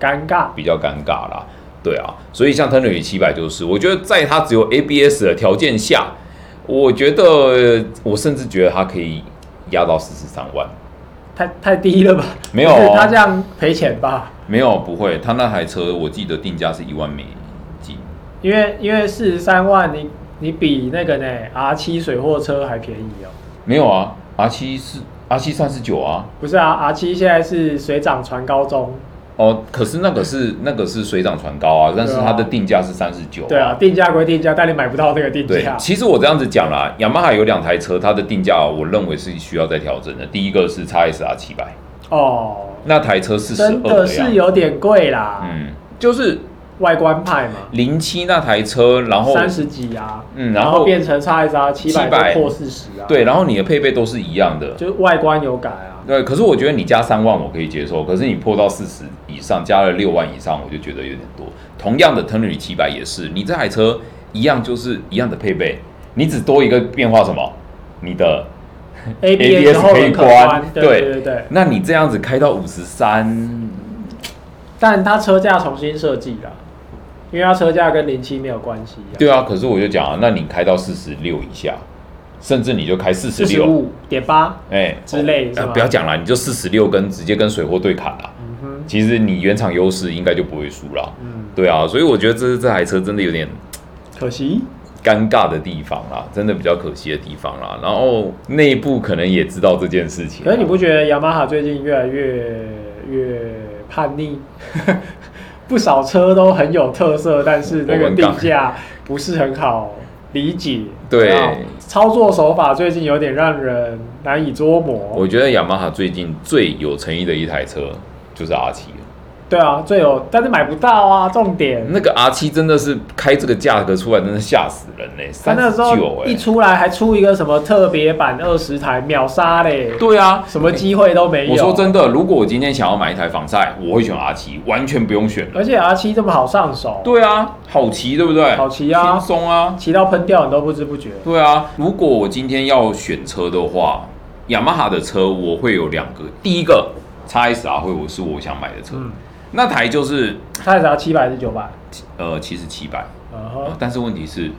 Speaker 2: 尴尬，
Speaker 1: 比较尴尬啦。对啊，所以像 t u n n e r 七百就是，我觉得在它只有 ABS 的条件下，我觉得呃我甚至觉得它可以压到四十三万。
Speaker 2: 太太低了吧？
Speaker 1: 没有哦
Speaker 2: 就是他这样赔钱吧？
Speaker 1: 没有，不会，它那台车我记得定价是一万美金。
Speaker 2: 因为因为四十三万你，你比那个呢 R 七水货车还便宜哦。
Speaker 1: 没有啊，R 七是 R 七三十九啊。
Speaker 2: 不是啊，R 七现在是水涨船高中，
Speaker 1: 哦，可是那个是那个是水涨船高啊，但是它的定价是三十九。
Speaker 2: 对啊，定价归定价，但你买不到那个定
Speaker 1: 对，
Speaker 2: 价。
Speaker 1: 其实我这样子讲啦，雅马哈有两台车，它的定价我认为是需要再调整的。第一个是 XSR 七百，
Speaker 2: 哦，
Speaker 1: 那台车是十二
Speaker 2: 真的是有点贵啦，
Speaker 1: 嗯，就是
Speaker 2: 外观派嘛，
Speaker 1: 零七那台车，然后
Speaker 2: 三十几啊，
Speaker 1: 嗯然
Speaker 2: 然
Speaker 1: 后
Speaker 2: 变成 x R 七
Speaker 1: 700
Speaker 2: 百破四十啊，，
Speaker 1: 对，然后你的配备都是一样的。
Speaker 2: 就是外观有改啊，
Speaker 1: 对，可是我觉得你加三万我可以接受，可是你破到四十以上，加了六万以上，我就觉得有点多。同样的 t u n e r 七百也是，你这台车一样就是一样的配备，你只多一个变化什么？你的，ABS
Speaker 2: ABS 后轮可
Speaker 1: 可以
Speaker 2: 弯
Speaker 1: 关，
Speaker 2: 对
Speaker 1: 对
Speaker 2: 对对对，
Speaker 1: 那你这样子开到五十三，
Speaker 2: 但它车架重新设计啦，因为它车架跟零七没有关系、啊，
Speaker 1: 对啊，可是我就讲啊，那你开到四十六以下，甚至你就开四十
Speaker 2: 四十
Speaker 1: 六，
Speaker 2: 五点八，
Speaker 1: 哎
Speaker 2: 之类是
Speaker 1: 呃
Speaker 2: 吗
Speaker 1: 不要讲了，你就四十六跟直接跟水货对砍了。
Speaker 2: 嗯哼，
Speaker 1: 其实你原厂优势应该就不会输啦。
Speaker 2: 嗯，
Speaker 1: 对啊，所以我觉得这是这台车真的有点
Speaker 2: 可惜，
Speaker 1: 尴尬的地方啦，真的比较可惜的地方啦。然后内部可能也知道这件事情啊，
Speaker 2: 可是你不觉得雅马哈最近越来越越叛逆？ 不少车都很有特色，但是那
Speaker 1: 我
Speaker 2: 个
Speaker 1: 们刚
Speaker 2: 定价不是很好理解。
Speaker 1: 对
Speaker 2: 然后操作手法最近有点让人难以捉摸。
Speaker 1: 我觉得雅马哈最近最有诚意的一台车就是 R 七了。
Speaker 2: 对啊，最有，但是买不到啊，重点。
Speaker 1: 那个 R 七真的是开这个价格出来，真的吓死人嘞、欸，
Speaker 2: 他
Speaker 1: 三
Speaker 2: 那
Speaker 1: 十
Speaker 2: 时
Speaker 1: 九
Speaker 2: 候
Speaker 1: 哎
Speaker 2: 一。出来还出一个什么特别版二十台秒杀嘞，
Speaker 1: 对啊，
Speaker 2: 什么机会都没有。
Speaker 1: 我说真的，如果我今天想要买一台防晒，我会选 R 七，完全不用选了。
Speaker 2: 而且 R 七这么好上手，
Speaker 1: 对啊，好骑对不对？
Speaker 2: 好骑啊
Speaker 1: 轻松啊。
Speaker 2: 骑到喷掉你都不知不觉。
Speaker 1: 对啊，如果我今天要选车的话，雅马哈的车我会有两个，第一个 x S R 会我是我想买的车，
Speaker 2: 嗯，
Speaker 1: 那台就是
Speaker 2: 它只要七百还是啊九百？
Speaker 1: 呃七十七百，
Speaker 2: 嗯
Speaker 1: 呃
Speaker 2: 哼，
Speaker 1: 但是问题是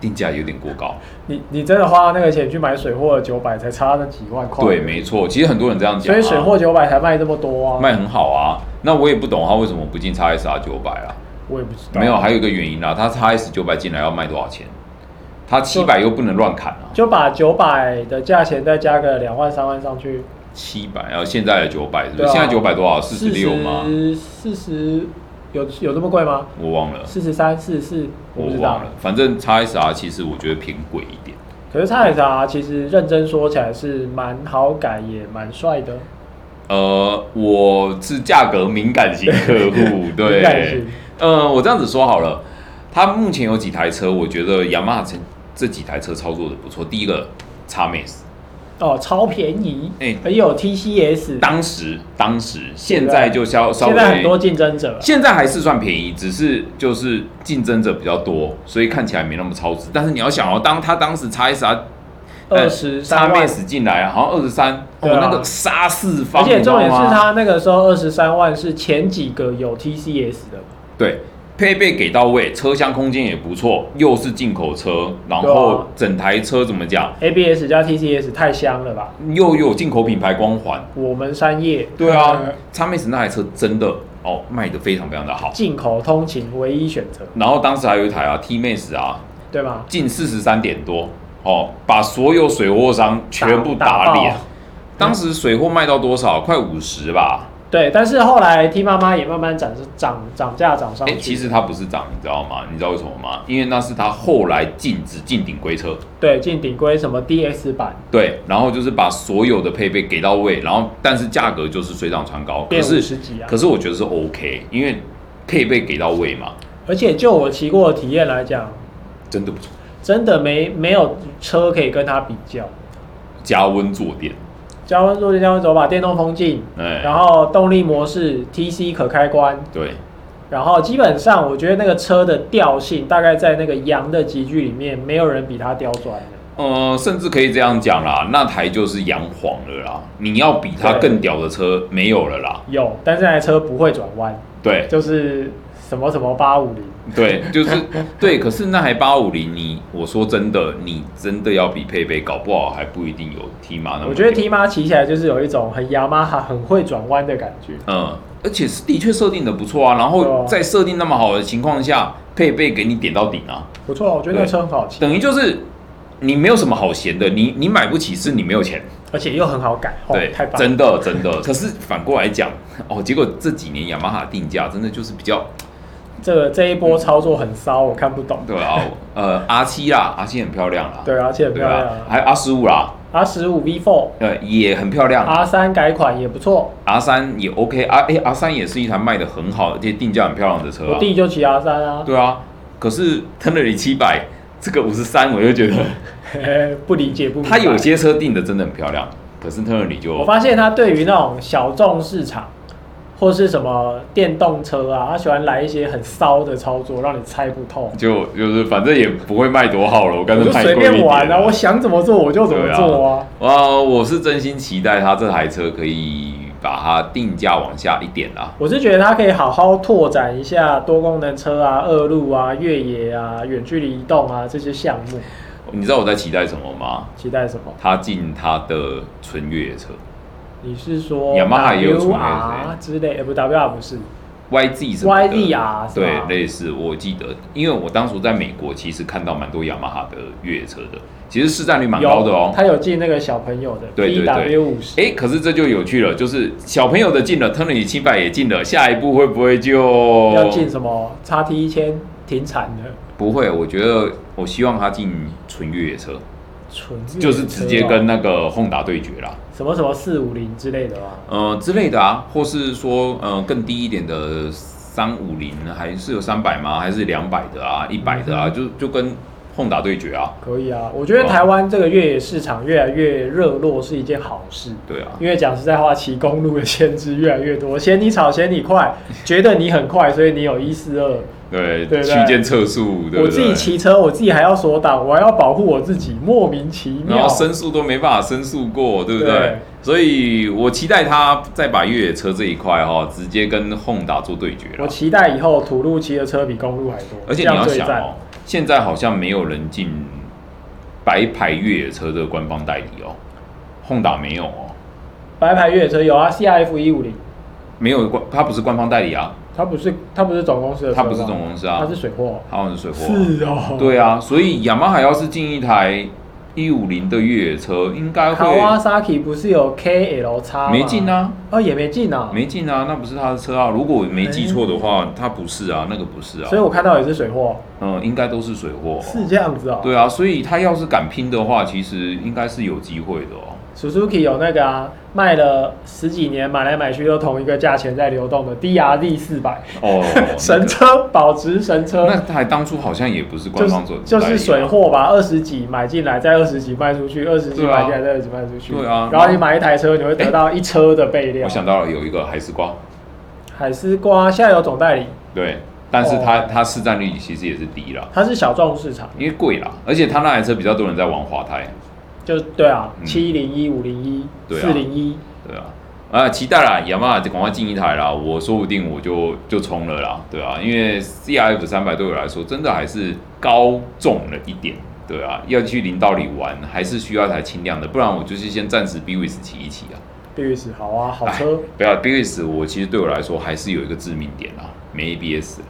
Speaker 1: 定价有点过高。
Speaker 2: 你你真的花那个钱去买水货九百，才差那几万块。
Speaker 1: 对，，没错，其实很多人这样讲、
Speaker 2: 所
Speaker 1: 啊，
Speaker 2: 以水货九百才卖这么多啊。
Speaker 1: 卖很好啊。那我也不懂他为什么不进 x S R 九百啊？
Speaker 2: 我也不知道。
Speaker 1: 没有，，还有一个原因啦、他 x S 九百进来要卖多少钱？他七百又不能乱砍啊，
Speaker 2: 就把九百的价钱再加个两万三万上去，
Speaker 1: 七百，然后现在的九百是不
Speaker 2: 对
Speaker 1: 是？
Speaker 2: 啊
Speaker 1: 现在九百多少？四十六吗？
Speaker 2: 40？四十有有这么贵吗？
Speaker 1: 我忘了。
Speaker 2: 四十三、四十四，我
Speaker 1: 我
Speaker 2: 不知道
Speaker 1: 忘了。，反正 x S R 其实我觉得偏贵一点，
Speaker 2: 可是叉 S R 啊其实认真说起来是蛮好改，也蛮帅的。
Speaker 1: 呃，我是价格敏感型客 户，
Speaker 2: 敏感型
Speaker 1: 对，呃，我这样子说好了，它目前有几台车，我觉得雅马哈这这几台车操作的不错。第一个 x Max，
Speaker 2: 哦，超便宜，
Speaker 1: 哎
Speaker 2: 而且有 T C S，
Speaker 1: 当时当时现在就稍稍微
Speaker 2: 现在很多竞争者啊，
Speaker 1: 现在还是算便宜，只是就是竞争者比较多，所以看起来没那么超值。但是你要想哦，当他当时 x S R
Speaker 2: 二十
Speaker 1: 叉
Speaker 2: 三万
Speaker 1: Max 进来，好像二十三，
Speaker 2: 呃对
Speaker 1: 哦，
Speaker 2: 啊
Speaker 1: 那个杀四方，
Speaker 2: 而且重点
Speaker 1: 你知
Speaker 2: 是
Speaker 1: 道吗
Speaker 2: 他那个时候二十三万是前几个有 TCS 的，
Speaker 1: 对，配备给到位，车厢空间也不错，又是进口车，然
Speaker 2: 对
Speaker 1: 后
Speaker 2: 啊
Speaker 1: 整台车怎么讲，
Speaker 2: ABS 加 TCS 太香了吧？
Speaker 1: 又有进口品牌光环。
Speaker 2: 我们山叶
Speaker 1: 对啊
Speaker 2: 呃，
Speaker 1: 叉 m a 那台车真的哦卖的非常非常的好。
Speaker 2: 进口通勤唯一选择，
Speaker 1: 然后当时还有一台啊 T Max 啊，
Speaker 2: 对吗？
Speaker 1: 近四十三点多哦，把所有水货商全部
Speaker 2: 打
Speaker 1: 打
Speaker 2: 打爆
Speaker 1: 脸。当时水货卖到多少？快五十吧。
Speaker 2: 对，但是后来 T 妈妈也慢慢涨涨涨价涨上
Speaker 1: 哎、
Speaker 2: 去。
Speaker 1: 其实它不是涨，你知道吗？你知道为什么吗？因为那是它后来禁止进顶规车，
Speaker 2: 对进顶规什么 DS 版，
Speaker 1: 对，然后就是把所有的配备给到位，然后但是价格就是水涨船高。可
Speaker 2: 变五
Speaker 1: 是
Speaker 2: 十几啊
Speaker 1: 可。是我觉得是 OK，因为配备给到位嘛，
Speaker 2: 而且就我骑过的体验来讲，
Speaker 1: 真的不错。
Speaker 2: 真的没没有车可以跟它比较。
Speaker 1: 加温坐垫，
Speaker 2: 加温坐垫、加温走把电动风镜，
Speaker 1: 哎、
Speaker 2: 然后动力模式、TC 可开关，
Speaker 1: 对，
Speaker 2: 然后基本上我觉得那个车的调性大概在那个羊的集聚里面，没有人比它刁钻的。
Speaker 1: 呃，甚至可以这样讲啦，那台就是洋黄了啦。你要比它
Speaker 2: 对
Speaker 1: 更屌的车没有了啦。
Speaker 2: 有，但是那台车不会转弯，
Speaker 1: 对
Speaker 2: 就是什么什么八五零，
Speaker 1: 对，就是对。可是那台八五零，你我说真的，你真的要比配备，搞不好还不一定有 T 马那么屌。
Speaker 2: 我觉得 T 妈骑起来就是有一种很雅马哈很会转弯的感觉。
Speaker 1: 嗯，而且是的确设定的不错啊。然
Speaker 2: 对
Speaker 1: 后
Speaker 2: 啊
Speaker 1: 在设定那么好的情况下，配备给你点到顶啊，
Speaker 2: 不错，我觉得那车很好骑，
Speaker 1: 等于就是你没有什么好闲的，你你买不起是你没有钱。
Speaker 2: 而且又很好改，哦
Speaker 1: 对，
Speaker 2: 太棒了。
Speaker 1: 真的真的。可是反过来讲，哦，结果这几年雅马哈定价真的就是比较，
Speaker 2: 这个这一波操作很骚，我看不懂。
Speaker 1: 对 啊，呃，R 七啦，R 七很漂亮啦，
Speaker 2: 对，而且很漂亮
Speaker 1: 啊，
Speaker 2: 啊。
Speaker 1: 还有 R 十五啦，
Speaker 2: R 十五 V Four、
Speaker 1: 呃，也很漂亮
Speaker 2: R 三改款也不错，
Speaker 1: ，R 三也 OK，R 哎，R 三也是一台卖的很好，而且定价很漂亮的车
Speaker 2: 我
Speaker 1: 啊，
Speaker 2: 弟就骑 R 三啊，
Speaker 1: 对啊。可是 t u n e r 七百这个五十三，我就觉 得
Speaker 2: 嘿嘿 不理解不明白。
Speaker 1: 它有些车定的真的很漂亮，可是 t u n e r
Speaker 2: 我
Speaker 1: 就
Speaker 2: 发现他对于那种小众市场或是什么电动车啊，他喜欢来一些很骚的操作，让你猜不透。
Speaker 1: 就就是反正也不会卖多好了，我干
Speaker 2: 我
Speaker 1: 脆
Speaker 2: 就
Speaker 1: 卖
Speaker 2: 随
Speaker 1: 贵一
Speaker 2: 便玩
Speaker 1: 点
Speaker 2: 啊，我想怎么做我就怎么做啊。
Speaker 1: 哇，我是真心期待它这台车可以把它定价往下一点啊啦。
Speaker 2: 我是觉得它可以好好拓展一下多功能车啊、二路啊、越野啊、远距离移动啊这些项目。
Speaker 1: 你知道我在期待什么吗？
Speaker 2: 期待什么？
Speaker 1: 它进它的纯越野车
Speaker 2: 你是说
Speaker 1: 雅马哈也有出
Speaker 2: W
Speaker 1: 那个
Speaker 2: R 之类？呃，不，W R 不是，
Speaker 1: YZ 什么的
Speaker 2: YZR 啊是
Speaker 1: 对
Speaker 2: 吧，
Speaker 1: 类似我记得，因为我当初在美国其实看到蛮多雅马哈的越野车的，其实市占率蛮高的哦。
Speaker 2: 他有进那个小朋友的
Speaker 1: 对对
Speaker 2: B
Speaker 1: 对
Speaker 2: W 五十，
Speaker 1: 哎，可是这就有趣了，就是小朋友的进了 t u r n e 七百也进了，下一步会不会就
Speaker 2: 要进什么叉 T 一千停产的
Speaker 1: 不会，我觉得我希望它进纯越野车，
Speaker 2: 纯越野车哦，啊
Speaker 1: 就是直接跟那个 Honda 对决啦。
Speaker 2: 什么什么四五零之类的吧。
Speaker 1: 呃之类的啊，或是说呃更低一点的三五零，还是有三百吗？还是两百的啊，一百的
Speaker 2: 嗯
Speaker 1: 啊，就就跟碰打对决啊，
Speaker 2: 可以啊，我觉得台湾这个越野市场越来越热络是一件好事。
Speaker 1: 对啊，
Speaker 2: 因为讲实在话，骑公路的限制越来越多，嫌你吵，嫌你 快，觉得你很快，所以你有一四二。
Speaker 1: 对，
Speaker 2: 对不对
Speaker 1: 区间测速，对
Speaker 2: 我
Speaker 1: 不
Speaker 2: 自己
Speaker 1: 对？
Speaker 2: 骑车，我自己还要锁档，我还要保护我自己，莫名其
Speaker 1: 然
Speaker 2: 妙
Speaker 1: 后。申诉都没办法申诉过，对不对？
Speaker 2: 对
Speaker 1: 所以我期待他再把越野车这一块哈、哦，直接跟 Honda 做对决
Speaker 2: 我
Speaker 1: 了。
Speaker 2: 期待以后土路骑的车比公路还多，
Speaker 1: 而且
Speaker 2: 这
Speaker 1: 你
Speaker 2: 样
Speaker 1: 要
Speaker 2: 最
Speaker 1: 想
Speaker 2: 赞
Speaker 1: 哦，现在好像没有人进白牌越野车的官方代理哦，Honda 没有哦，
Speaker 2: 白牌越野车有啊，C R F 一五零，
Speaker 1: 没有官，它不是官方代理啊。
Speaker 2: 它不是它不是总公司的车
Speaker 1: 它
Speaker 2: 吗，
Speaker 1: 不是总公司啊
Speaker 2: 它是水货。
Speaker 1: 它好像是水货、
Speaker 2: 是哦，
Speaker 1: 对啊，所以雅马哈要是进一台一五零的越野车，应该会
Speaker 2: Kawasaki 不是有 K L X
Speaker 1: 没进？啊，
Speaker 2: 哦，也没进啊，
Speaker 1: 没进啊，那不是他的车啊。如果我没记错的话，它不是啊，那个不是啊
Speaker 2: 哎所以，我看到也是水货，
Speaker 1: 嗯，应该都是水货、
Speaker 2: 是这样子哦。
Speaker 1: 对啊，所以他要是敢拼的话，其实应该是有机会的哦。
Speaker 2: Suzuki 有那个啊，卖了十几年，买来买去都同一个价钱在流动的 DRZ 四百
Speaker 1: 哦，那个
Speaker 2: 神车，保值神车
Speaker 1: 那，台当初好像也不是
Speaker 2: 就
Speaker 1: 官
Speaker 2: 是
Speaker 1: 方做、
Speaker 2: 就是水。货吧，二十几买进来，再二十几卖出去，二十几
Speaker 1: 对啊
Speaker 2: 买进来，再二十几卖出去。
Speaker 1: 对啊哎
Speaker 2: 然后你买一台车，你会得到一车的备料。
Speaker 1: 我想到了有一个海丝瓜，
Speaker 2: 海丝瓜现在有总代理，
Speaker 1: 对，但是它
Speaker 2: 哦
Speaker 1: 它市占率其实也是低啦，
Speaker 2: 它是小众市场，
Speaker 1: 因为贵啦，而且它那台车比较多人在玩滑胎。
Speaker 2: 就对啊，
Speaker 1: 嗯
Speaker 2: 七零一、五零一、
Speaker 1: 对啊
Speaker 2: 四零一，
Speaker 1: 对啊，啊，期待啦，雅马哈赶快进一台啦，我说不定我就就冲了啦，对啊，因为 CRF 三百对我来说真的还是高重了一点，对啊，要去林道里玩还是需要一台轻量的，不然我就是先暂时 BWS 骑一骑啊。
Speaker 2: 碧玉石好啊，好车
Speaker 1: 不要 BWS，我其实对我来说还是有一个致命点啦，没 ABS，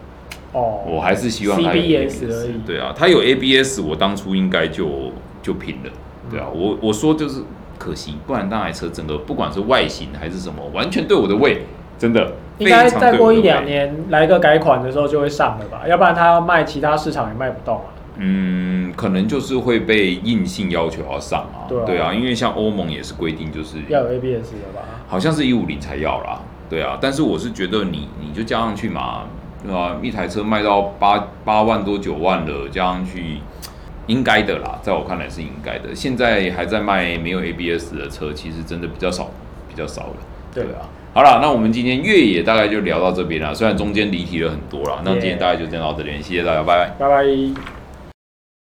Speaker 2: 哦。
Speaker 1: 我还是希望它有
Speaker 2: CBS 而已
Speaker 1: 对啊，它有 ABS，我当初应该就就拼了，
Speaker 2: 嗯
Speaker 1: 对啊，我我说就是可惜，不然那台车整个不管是外形还是什么，完全对我的胃，真的。
Speaker 2: 应该
Speaker 1: 非常对
Speaker 2: 再
Speaker 1: 我
Speaker 2: 过
Speaker 1: 的
Speaker 2: 一
Speaker 1: 胃
Speaker 2: 两，年来个改款的时候就会上了吧，要不然它要卖其他市场也卖不动啊。
Speaker 1: 嗯，可能就是会被硬性要求要上啊，
Speaker 2: 对啊
Speaker 1: 对啊，因为像欧盟也是规定，就是
Speaker 2: 要有 ABS 的吧？
Speaker 1: 好像是一五零才要啦，对啊，但是我是觉得你你就加上去嘛，对吧、一台车卖到八八万多九万了，加上去应该的啦，在我看来是应该的。现在还在卖没有 ABS 的车，其实真的比较少，比较少了，
Speaker 2: 对
Speaker 1: 啊。好啦，那我们今天越野大概就聊到这边啦，虽然中间离题了很多啦，那今天大概就讲到这边，谢谢大家，拜拜。
Speaker 2: 拜拜。